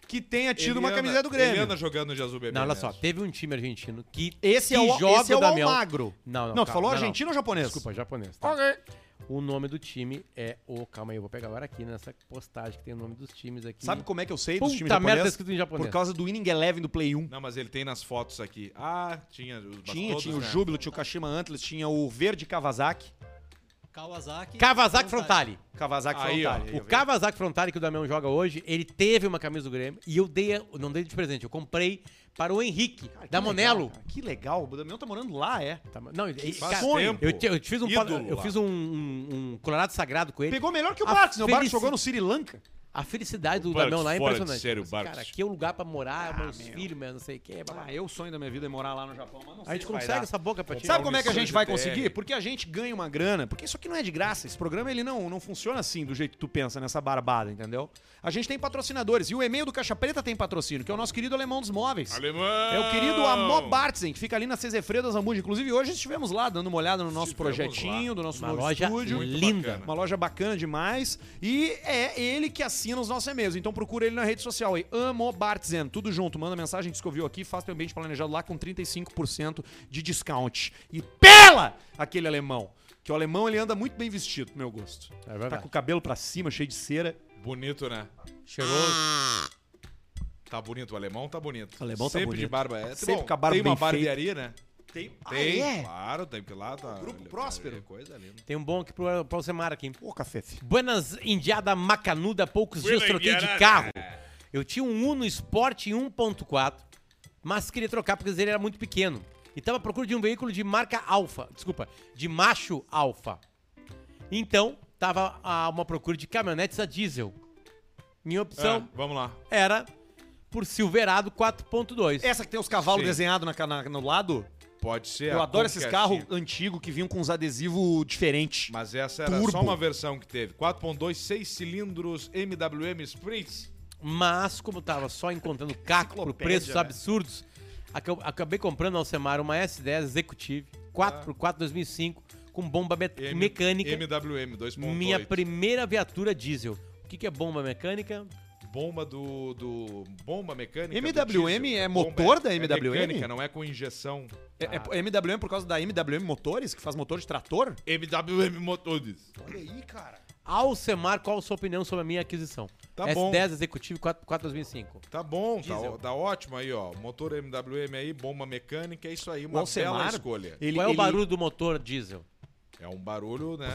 que tenha tido uma camiseta do Grêmio. Ele anda jogando de azul bebê. Não, olha só, mesmo. teve um time argentino que Esse é que o, joga esse é o o Damião. Almagro. Não, não. Não, tu calma, falou argentino ou japonês? Desculpa, japonês. tá? Ok. O nome do time é o. Calma aí, eu vou pegar agora aqui nessa postagem que tem o nome dos times aqui. Sabe como é que eu sei dos Puta times merda, tá japoneses? escrito em japonês. Por causa do Inning Eleven do Play 1. Não, mas ele tem nas fotos aqui. Ah, tinha os mas Tinha, todos, tinha o né? Júbilo, tinha o Kashima Antlers, tinha o Verde Kawasaki. Kawasaki. Kawasaki Frontale. Kawasaki Aí, ó. Frontale. O Kawasaki Frontale que o Damião joga hoje, ele teve uma camisa do Grêmio e eu dei, a- não dei de presente, eu comprei para o Henrique, Ah, da Monelo. Que legal, o Damião tá morando lá, é. Tá, mas- Não, ele- Faz cara, tempo. eu, te- eu te fiz um, pa- Ídolo eu lá. fiz um, um- um Colorado Sagrado com ele. Pegou melhor que o A Barcos, né? O Barcos felici- jogou no Sri Lanka. A felicidade do Barcos, Damião lá é fora de impressionante. sério, Ah, Mas, Barcos. cara, aqui é o lugar pra morar, meus filhos, meu, não sei o que. blá, blá, blá. eu, o sonho da minha vida é morar lá no Japão, mas não A gente se vai consegue dar. essa boca pra ti. Sabe como é que a Missões gente vai de conseguir? TR. Porque a gente ganha uma grana, porque isso aqui não é de graça. Esse programa ele não, não funciona assim do jeito que tu pensa nessa barbada, entendeu? A gente tem patrocinadores e o e-mail do Caixa Preta tem patrocínio, que é o nosso querido Alemão dos Móveis. Alemão! É o querido Amó Bartzen, que fica ali na Cezefredo Zambuja. Inclusive, hoje estivemos lá dando uma olhada no nosso Estivemos projetinho, lá. do nosso Uma novo loja estúdio. Muito linda. bacana. Uma loja bacana demais. E é ele que assina os nossos e-mails. Então procura ele na rede social aí. Amo Bartzen. Tudo junto. Manda mensagem, diz que ouviu aqui. Faz teu ambiente planejado lá com 35% de discount. E pela aquele alemão. Que o alemão ele anda muito bem vestido, pro meu gosto. É verdade. tá com o cabelo pra cima, cheio de cera. Bonito, né? Cheiroso. Tá bonito. O alemão tá bonito. O alemão tá Sempre de bonito. barba. É, Sempre bom, com a barba Tem uma bem barbearia, né? Tem. Tem, Ah, é? claro. Tem que lá tá... Grupo olha, Próspero. é Coisa linda. Tem um bom aqui pro, pro Alcemar aqui. Pô, cacete. Buenas Indiada Macanuda, poucos dias Buena troquei de Indiada. carro. Eu tinha um Uno Sport 1.4, mas queria trocar porque ele era muito pequeno. E tava à procura de um veículo de marca Alfa, desculpa, de macho Alfa. Então, tava a uma procura de caminhonetes a diesel. Minha opção Ah, vamos lá. era por Silverado 4.2. Essa que tem os cavalos Sim. É, um desenhados na, ca- na- no lado? Pode ser. Eu a adoro esses Conquestinha. carros antigos que vinham com uns adesivos diferentes. Mas essa era Turbo. só uma versão que teve. 4.2, 6 cilindros, MWM Spritz. Mas, como tava <laughs> só encontrando caco por Enciclopédia, preços né? absurdos, aca- acabei comprando na Alcemar uma S10 Executive 4x4 2005 com bomba me- Ah. M- mecânica. MWM 2.8. minha primeira viatura diesel. O que, que é bomba mecânica? Bomba do, do... Bomba mecânica. do MWM diesel. é Bomba motor da é MWM? mecânica, não é com injeção. É, é MWM por causa da MWM Motores, que faz motor de trator? MWM Motores. Olha aí, cara. Alcemar, qual a sua opinião sobre a minha aquisição? Tá S10 bom. Executive 4x4 2005. Tá bom, tá, Diesel. ó- tá ótimo aí, ó. Motor MWM aí, bomba mecânica, é isso aí. O Uma bela Alcemar, escolha. ele, qual é ele- o barulho do motor diesel? É um barulho, né?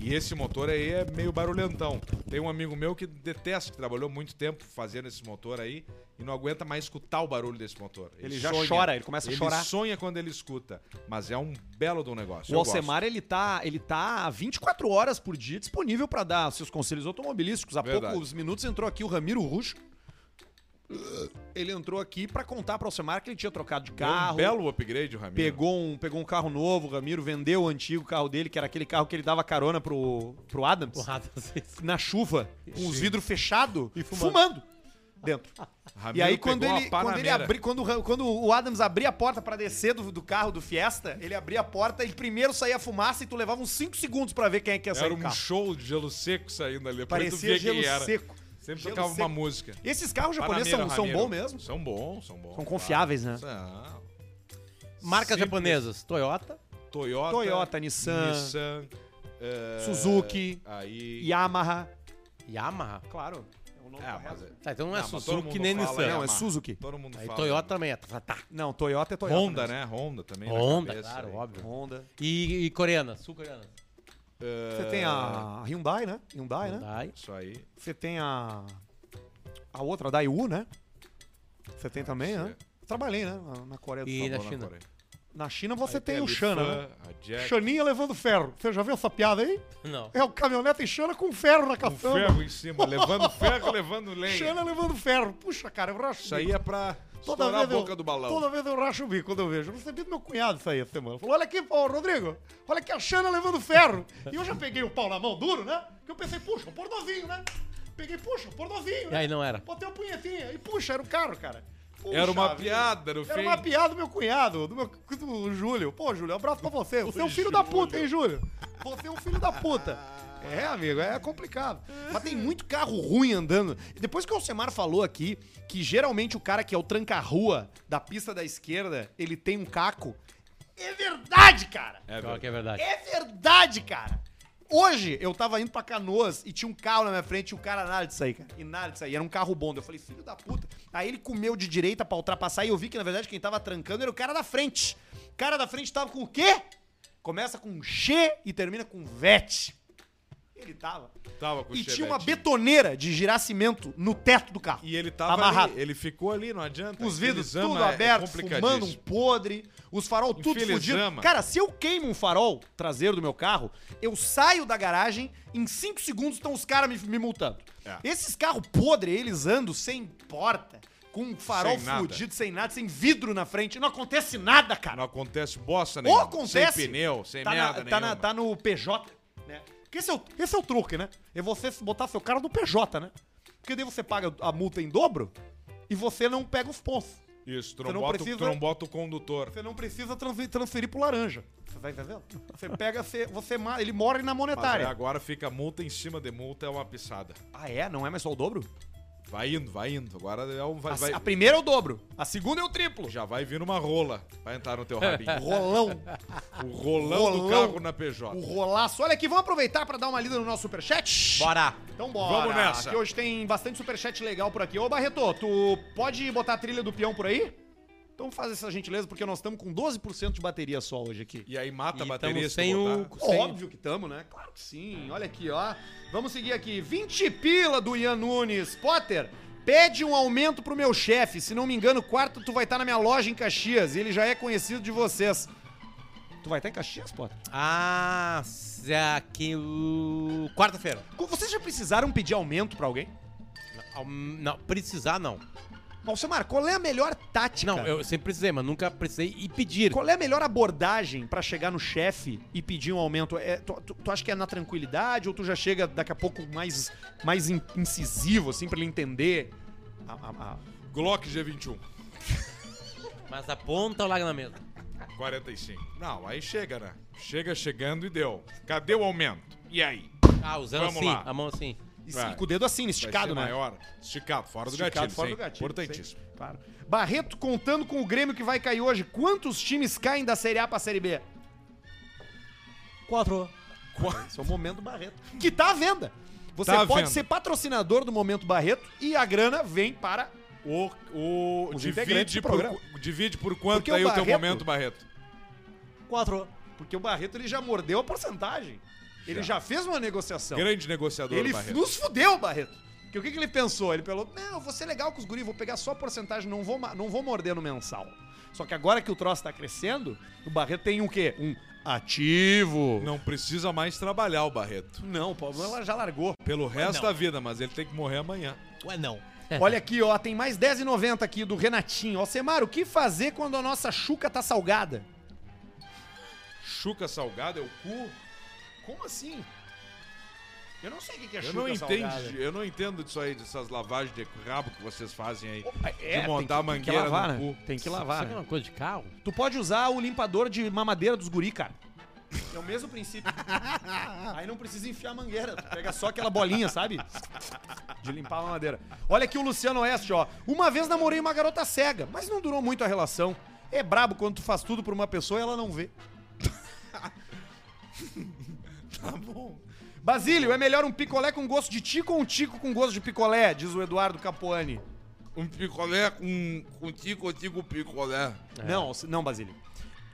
E esse motor aí é meio barulhentão. Tem um amigo meu que detesta, que trabalhou muito tempo fazendo esse motor aí e não aguenta mais escutar o barulho desse motor. Ele já chora, ele começa a chorar. Ele sonha quando ele escuta, mas é um belo de um negócio. O eu gosto. Alcemar, ele tá, ele tá 24 horas por dia disponível pra dar seus conselhos automobilísticos. Há Verdade. poucos minutos entrou aqui o Ramiro Ruxo. Ele entrou aqui pra contar pro Alcemar que ele tinha trocado de Deu carro. Um belo upgrade, o Ramiro. Pegou um, pegou um carro novo, o Ramiro vendeu o antigo carro dele, que era aquele carro que ele dava carona pro, pro Adams. Porrada, vocês- na chuva, com os vidros fechados e fumando. dentro. Ramiro E aí quando pegou ele, a quando ele Panamera. abri, quando, o Ram- quando o Adams abria a porta pra descer do, do carro do Fiesta, ele abria a porta, ele primeiro saía a fumaça e tu levava uns 5 segundos pra ver quem é que ia sair Era do um carro. show de gelo seco saindo ali. Depois tu Parecia via gelo quem era. seco. Sempre Gelo tocava uma seco. música. Esses carros japoneses são, Panamera, são Ramiro. bons mesmo? São bons, são bons. São confiáveis, né? São. Marcas Simples. japonesas, Toyota, Toyota, Toyota, Nissan, Nissan, eh, Suzuki, aí Yamaha. Yamaha. Claro. É um nome É, mas correto. é- Tá, então não Não, é mas todo Suzuki mundo nem fala, Nissan. né? Não, é Yamaha. Suzuki. Todo mundo Aí fala. Toyota também é Tata. Não, Toyota é Toyota. Honda, né? Honda também. na Honda, cabeça, claro, né? óbvio. Honda. E, e coreana, sul-coreana. Eh, Você tem a É. Hyundai, né? Hyundai, né? Hyundai. Isso aí. Você tem a. A outra, a Daewoo, né? Você tem também, né? Trabalhei, né? Na, na Coreia do E Sul. na Vou na China. Coreia. Na China você Aí tem, o é. a Xana, né? Lifan, A Jack. Xaninha levando ferro. Você já viu essa piada aí? Não. É o caminhonete em Xana com ferro na Com caçamba. ferro em cima, levando ferro, levando lenha. Xana levando ferro. Puxa, cara, eu racho. Isso aí é pra Toda estourar a vez, eu, boca do balão. toda vez eu racho o bico quando eu vejo. Eu recebi do meu cunhado isso aí essa semana. Falou: olha aqui, pô, Rodrigo, olha aqui a Xana levando ferro. E eu já peguei o pau na mão duro, né? Que eu pensei, puxa, o pornozinho, né? Peguei, puxa, o pornozinho, E né? aí não era. Botei uma punhetinha e puxa, era o carro, cara. Puxa Era uma vida. piada no Era fim. É uma piada do meu cunhado, do meu do Júlio. Pô, Júlio, um abraço pra você. Você é um filho da puta, hein, Júlio? Você é um filho da puta. É, amigo, é complicado. Mas tem muito carro ruim andando. E Depois que o Alcemar falou aqui que geralmente o cara que é o tranca-rua da pista da esquerda, ele tem um caco. É verdade, cara! É, Pior que verdade. é verdade. É verdade, cara! Hoje eu tava indo pra Canoas e tinha um carro na minha frente e o cara nada disso aí, cara. E nada disso aí. Era um carro bom. Daí Eu falei, filho da puta. Aí ele comeu de direita pra ultrapassar e eu vi que na verdade quem tava trancando era o cara da frente. O cara da frente tava com o quê? Começa com X e termina com VET. Ele tava é. Tava com e o tinha uma Chevette. betoneira de girar cimento no teto do carro. E ele tava Amarrado. ali, ele ficou ali, não adianta. Com Os vidros Infilizama tudo é- é abertos, complicadíssimo. fumando um podre, os farol tudo fudido. Infilizama. Cara, se eu queimo um farol traseiro do meu carro, eu saio da garagem, em 5 segundos estão os caras me, me multando. É. Esses carros podres, eles andam sem porta, com um farol Sem nada. fudido, sem nada, sem vidro na frente, não acontece nada, cara. Não acontece bosta Ou nenhuma. acontece. Sem pneu, sem tá na- merda tá, nenhuma. na, tá no PJ, né? Porque esse é, o, esse é o truque, né? É você botar seu cara no PJ, né? Porque daí você paga a multa em dobro e você não pega os pontos. Isso, tu Você não, não bota, precisa- tu não bota o condutor. Você não precisa transferir, transferir pro laranja. Você tá entendendo? Você pega, você, você ma- ele mora na Mas aí monetária. agora fica multa em cima de multa, é uma pisada. Ah, é? Não é mais só o dobro? Vai indo, vai indo. Agora é um, vai, A- vai- a primeira é o dobro, a segunda é o <laughs> triplo. já vai vir uma rola. Vai entrar no teu <laughs> rabinho. Rolão. o rolão, do Rolão. carro na PJ. O rolaço. Olha aqui, vamos aproveitar pra dar uma lida no nosso superchat? Bora! Então bora. Vamos nessa. Que hoje tem bastante superchat legal por aqui. Ô, Barreto, tu pode botar a trilha do peão por aí? Então faz essa gentileza, porque nós estamos com 12% de bateria só hoje aqui. E aí mata a E bateria tamo se sem tu botar. o... sem- Óbvio que estamos, né? Claro que sim. Olha aqui, ó. Vamos seguir aqui. 20 pila do Ian Nunes. Potter, pede um aumento pro meu chefe. Se não me engano, quarto tu vai estar na minha loja em Caxias. E ele já é conhecido de vocês. Tu vai estar em Caxias, Potter? Ah, se- aqui o... Quarta-feira. Vocês já precisaram pedir aumento pra alguém? Ao- Não, precisar não. Alcemar, qual é a melhor tática? Não, eu sempre precisei, mas nunca precisei e pedir. Qual é a melhor abordagem pra chegar no chefe e pedir um aumento? É, tu, tu- tu acha que é na tranquilidade ou tu já chega daqui a pouco mais, mais in- incisivo, assim, pra ele entender? Ah, A- a- a- Glock G21, Mas aponta o lago na mesa. 45. Não, aí chega, né? Chega chegando e deu. Cadê o aumento? E aí? Ah, usando Vamos assim, lá. a mão assim. e Vai. sim, com o dedo assim, Vai esticado, ser né? maior. Esticado, fora do Esticado, gatilho. fora sim. do gatilho, Importantíssimo. Claro. Barreto contando com o Grêmio que vai cair hoje. Quantos times caem da Série A pra Série B? Quatro. <laughs> Esse é o Momento Barreto. Que tá à venda. Você Tá à pode venda. ser patrocinador do Momento Barreto e a grana vem para O, o Os integrantes divide, do por, programa. divide por quanto Porque o aí o teu Barreto- momento, Barreto? Quatro. Porque o Barreto ele já mordeu a porcentagem. Ele já fez uma negociação. Grande negociador, ele Barreto. nos fudeu, Barreto. Porque o que, que ele pensou? Ele falou: Não, eu vou ser legal com os guris, vou pegar só a porcentagem, não vou, ma- não vou morder no mensal. Só que agora que o troço tá crescendo, o Barreto tem um quê? Um ativo. Não precisa mais trabalhar o Barreto. Não, o Palmeiras ela já largou. Pelo resto não. da vida, mas ele tem que morrer amanhã. Ué, não. Olha aqui, ó, tem mais 10,90 aqui do Renatinho. Ó, Semar, o que fazer quando a nossa chuca tá salgada? Chuca salgada é o cu? Como assim? Eu não sei o que que é Eu chuca não salgada. entendo, eu não entendo disso aí, dessas lavagens de rabo que vocês fazem aí. É, de montar a tem que, tem que mangueira lavar, no né? cu. Tem que Será lavar. que é né? uma coisa de carro? Tu pode usar o limpador de mamadeira dos guri, cara. É o mesmo princípio. <laughs> Aí não precisa enfiar a mangueira. Tu pega só aquela bolinha, sabe? De limpar a mamadeira. Olha aqui o Luciano Oeste, ó. Uma vez namorei uma garota cega, mas não durou muito a relação. É brabo quando tu faz tudo por uma pessoa e ela não vê. Tá bom. Basílio, é melhor um picolé com gosto de tico ou um tico com gosto de picolé? Diz o Eduardo Capuani. Um picolé com, com tico, tico picolé. Não, se- não, Basílio.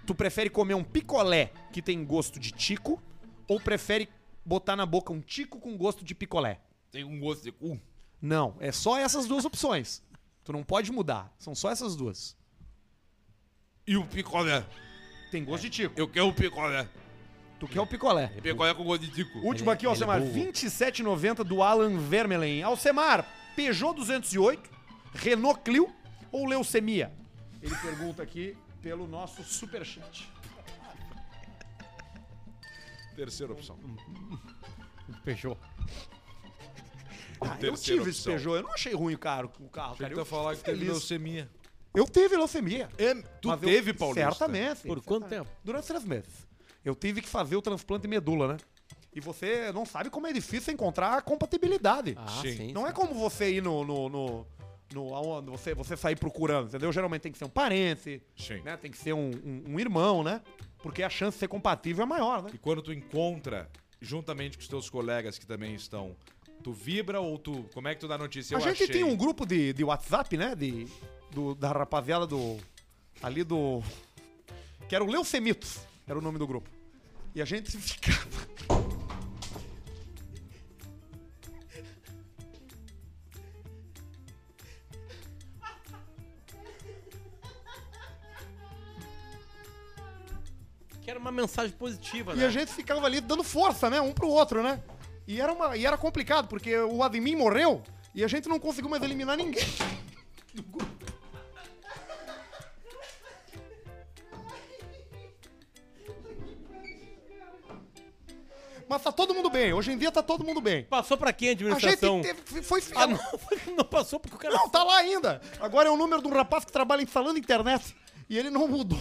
Tu prefere comer um picolé que tem gosto de tico ou prefere botar na boca um tico com gosto de picolé? Tem um gosto de cu. Não, é só essas duas opções. Tu não pode mudar. São só essas duas. E o picolé. Tem gosto de tico. Eu quero o picolé. Tu quer o picolé. Picolé com gosto de tico. Último aqui, Alcemar. 27,90 do Alan Vermelen. Alcemar, Peugeot 208, Renault Clio ou leucemia? Ele pergunta aqui pelo nosso superchat. Terceira opção. Peugeot. Ah, eu Terceira tive esse opção. Então- Peugeot, eu não achei ruim o carro, o carro Tem cara. que tu Eu, falar que teve feliz. leucemia. eu tive leucemia. tu Mas eu- teve, Paulista? Certamente. Por quanto tempo? Durante três meses. Eu tive que fazer o transplante de medula, né? E você não sabe como é difícil encontrar a compatibilidade. Ah, Sim. sim. Não é como você ir no. no, no, no- aonde você, você sair procurando, entendeu? Geralmente tem que ser um parente, Sim. né? Tem que ser um, um- um irmão, né? Porque a chance de ser compatível é maior, né? E quando tu encontra, juntamente com os teus colegas que também estão, tu vibra ou tu. Como é que tu dá notícia? a Eu gente achei. tem um grupo de, de WhatsApp, né? De, do- da rapaziada do. Ali do. Que era o Leucemitos, era o nome do grupo. E a gente ficava. Quero uma mensagem positiva, E né? a gente ficava ali dando força, né? Um pro outro, né? E era, uma, e era complicado, porque o Admin morreu e a gente não conseguiu mais eliminar ninguém. Mas tá todo mundo bem, hoje em dia tá todo mundo bem. Passou pra quem a A gente administração? teve- foi Ah, fiel. não. não, <laughs> não passou porque o cara... <laughs> tá lá ainda. Agora é o número de um rapaz que trabalha instalando internet e ele não mudou.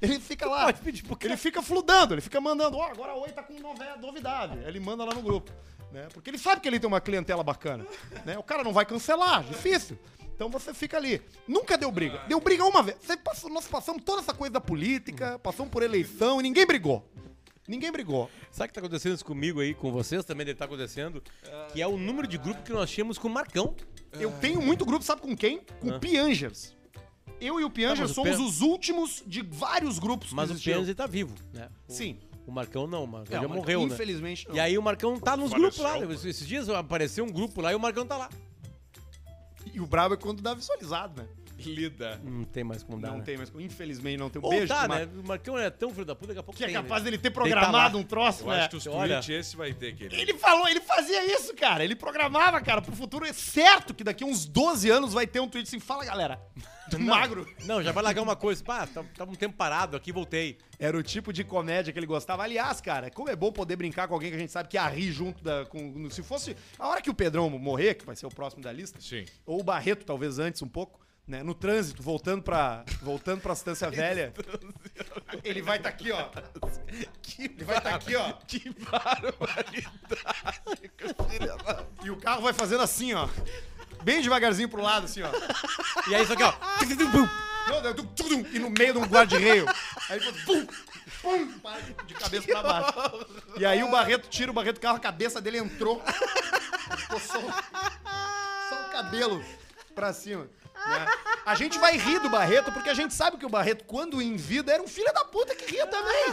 Ele fica lá. Pode pedir pro cara. Ele fica fludando, ele fica mandando, ó, agora a Oi tá com nove- novidade. Aí Ele manda lá no grupo. Né? Porque ele sabe que ele tem uma clientela bacana. Né? O cara não vai cancelar, difícil. Então você fica ali. Nunca deu briga. Deu briga uma vez. Você passou- nós passamos toda essa coisa da política, passamos por eleição e ninguém brigou. Ninguém brigou. Sabe o que tá acontecendo isso comigo aí, com vocês também deve estar acontecendo? Que é o número de grupo que nós tínhamos com o Marcão. Eu É. tenho muito grupo, sabe com quem? Com o Piangers. Eu e o Piangers mas o somos Pian- os últimos de vários grupos Mas que o existiam. Pênis tá vivo, né? O- Sim. O Marcão não, o Marcão É, já mas morreu, né? Infelizmente, não. E aí o Marcão tá nos Faleceu, grupos lá. mano. Esses dias apareceu um grupo lá e o Marcão tá lá. E o brabo é quando dá visualizado, né? Lida. Não tem mais como dar, Não né? tem, mas infelizmente não tem. Um Ou beijo, tá, pro né? Marco, O Marcão é tão filho da puta, daqui a pouco Que é tem, capaz né? dele ter Deitar programado lá. um troço, Eu né? acho que os olha. tweets esse vai ter, querido. Ele falou, ele fazia isso, cara. Ele programava, cara, pro futuro. É certo que daqui a uns 12 anos vai ter um tweet assim, fala, <laughs> galera, do magro. Não, já vai largar uma coisa. Pá, tá- tava um tempo parado aqui, voltei. Era o tipo de comédia que ele gostava. Aliás, cara, como é bom poder brincar com alguém que a gente sabe que ia rir junto da. Com, se fosse. A hora que o Pedrão morrer, que vai ser o próximo da lista, Sim. ou o Barreto, talvez antes um pouco, né? No trânsito, voltando pra, voltando pra Estância Velha. ele vai estar aqui, ó. ele vai estar aqui, ó. Que barbaridade. e o carro vai fazendo assim, ó. Bem devagarzinho pro lado, assim, ó. E aí, só que, ó. Não, daí, tum, tum, tum, e no meio de um guarda-reio. Aí ele pum, pum, para de cabeça pra baixo. E aí o Barreto tira o Barreto do carro, a cabeça dele entrou. Ficou só, o- só o cabelo pra cima. né? A gente vai rir do Barreto, porque a gente sabe que o Barreto, quando em vida, era um filho da puta que ria também.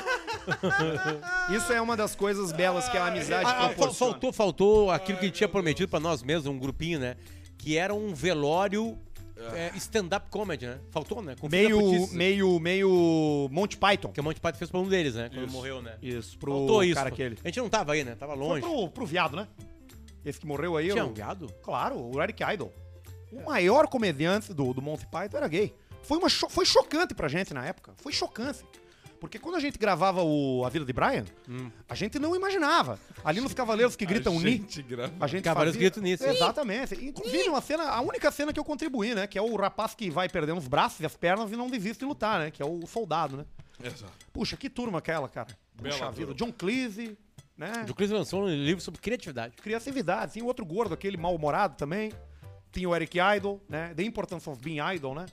Isso é uma das coisas belas que a amizade Ah, ah, fal- proporciona. faltou, faltou aquilo que a gente tinha prometido pra nós mesmos, um grupinho, né? Que era um velório é, stand-up comedy, né? Faltou, né? Com Ah. Meio, Fernando Putz, meio, meio Monty Python. Que o Monty Python fez pra um deles, né? Quando morreu, né? Isso, pro Faltou isso. cara aquele. A gente não tava aí, né? Tava Foi longe. pro, pro viado, né? Esse que morreu aí. Tinha o- um gado? Claro, o Eric Idle. O É. maior comediante do, do Monty Python era gay. Foi, uma cho- foi chocante pra gente na época. Foi chocante. Porque quando a gente gravava o A Vida de Brian, Hum. a gente não imaginava. Ali nos Cavaleiros que gritam um Ni, Gente, grava. a gente Cavaleiros fazia... gritam Ni, sim. Exatamente. Inclusive, uma cena, a única cena que eu contribuí, né? Que é o rapaz que vai perdendo os braços e as pernas e não desiste de lutar, né? Que é o soldado, né? Exato. Puxa, que turma aquela, cara. Puxa Bela vida. turma. John Cleese, né? O Chris lançou um livro sobre criatividade. criatividade. Tinha o outro gordo, aquele mal-humorado também. Tinha o Eric Idle, né? The Importance of Being Idle, né?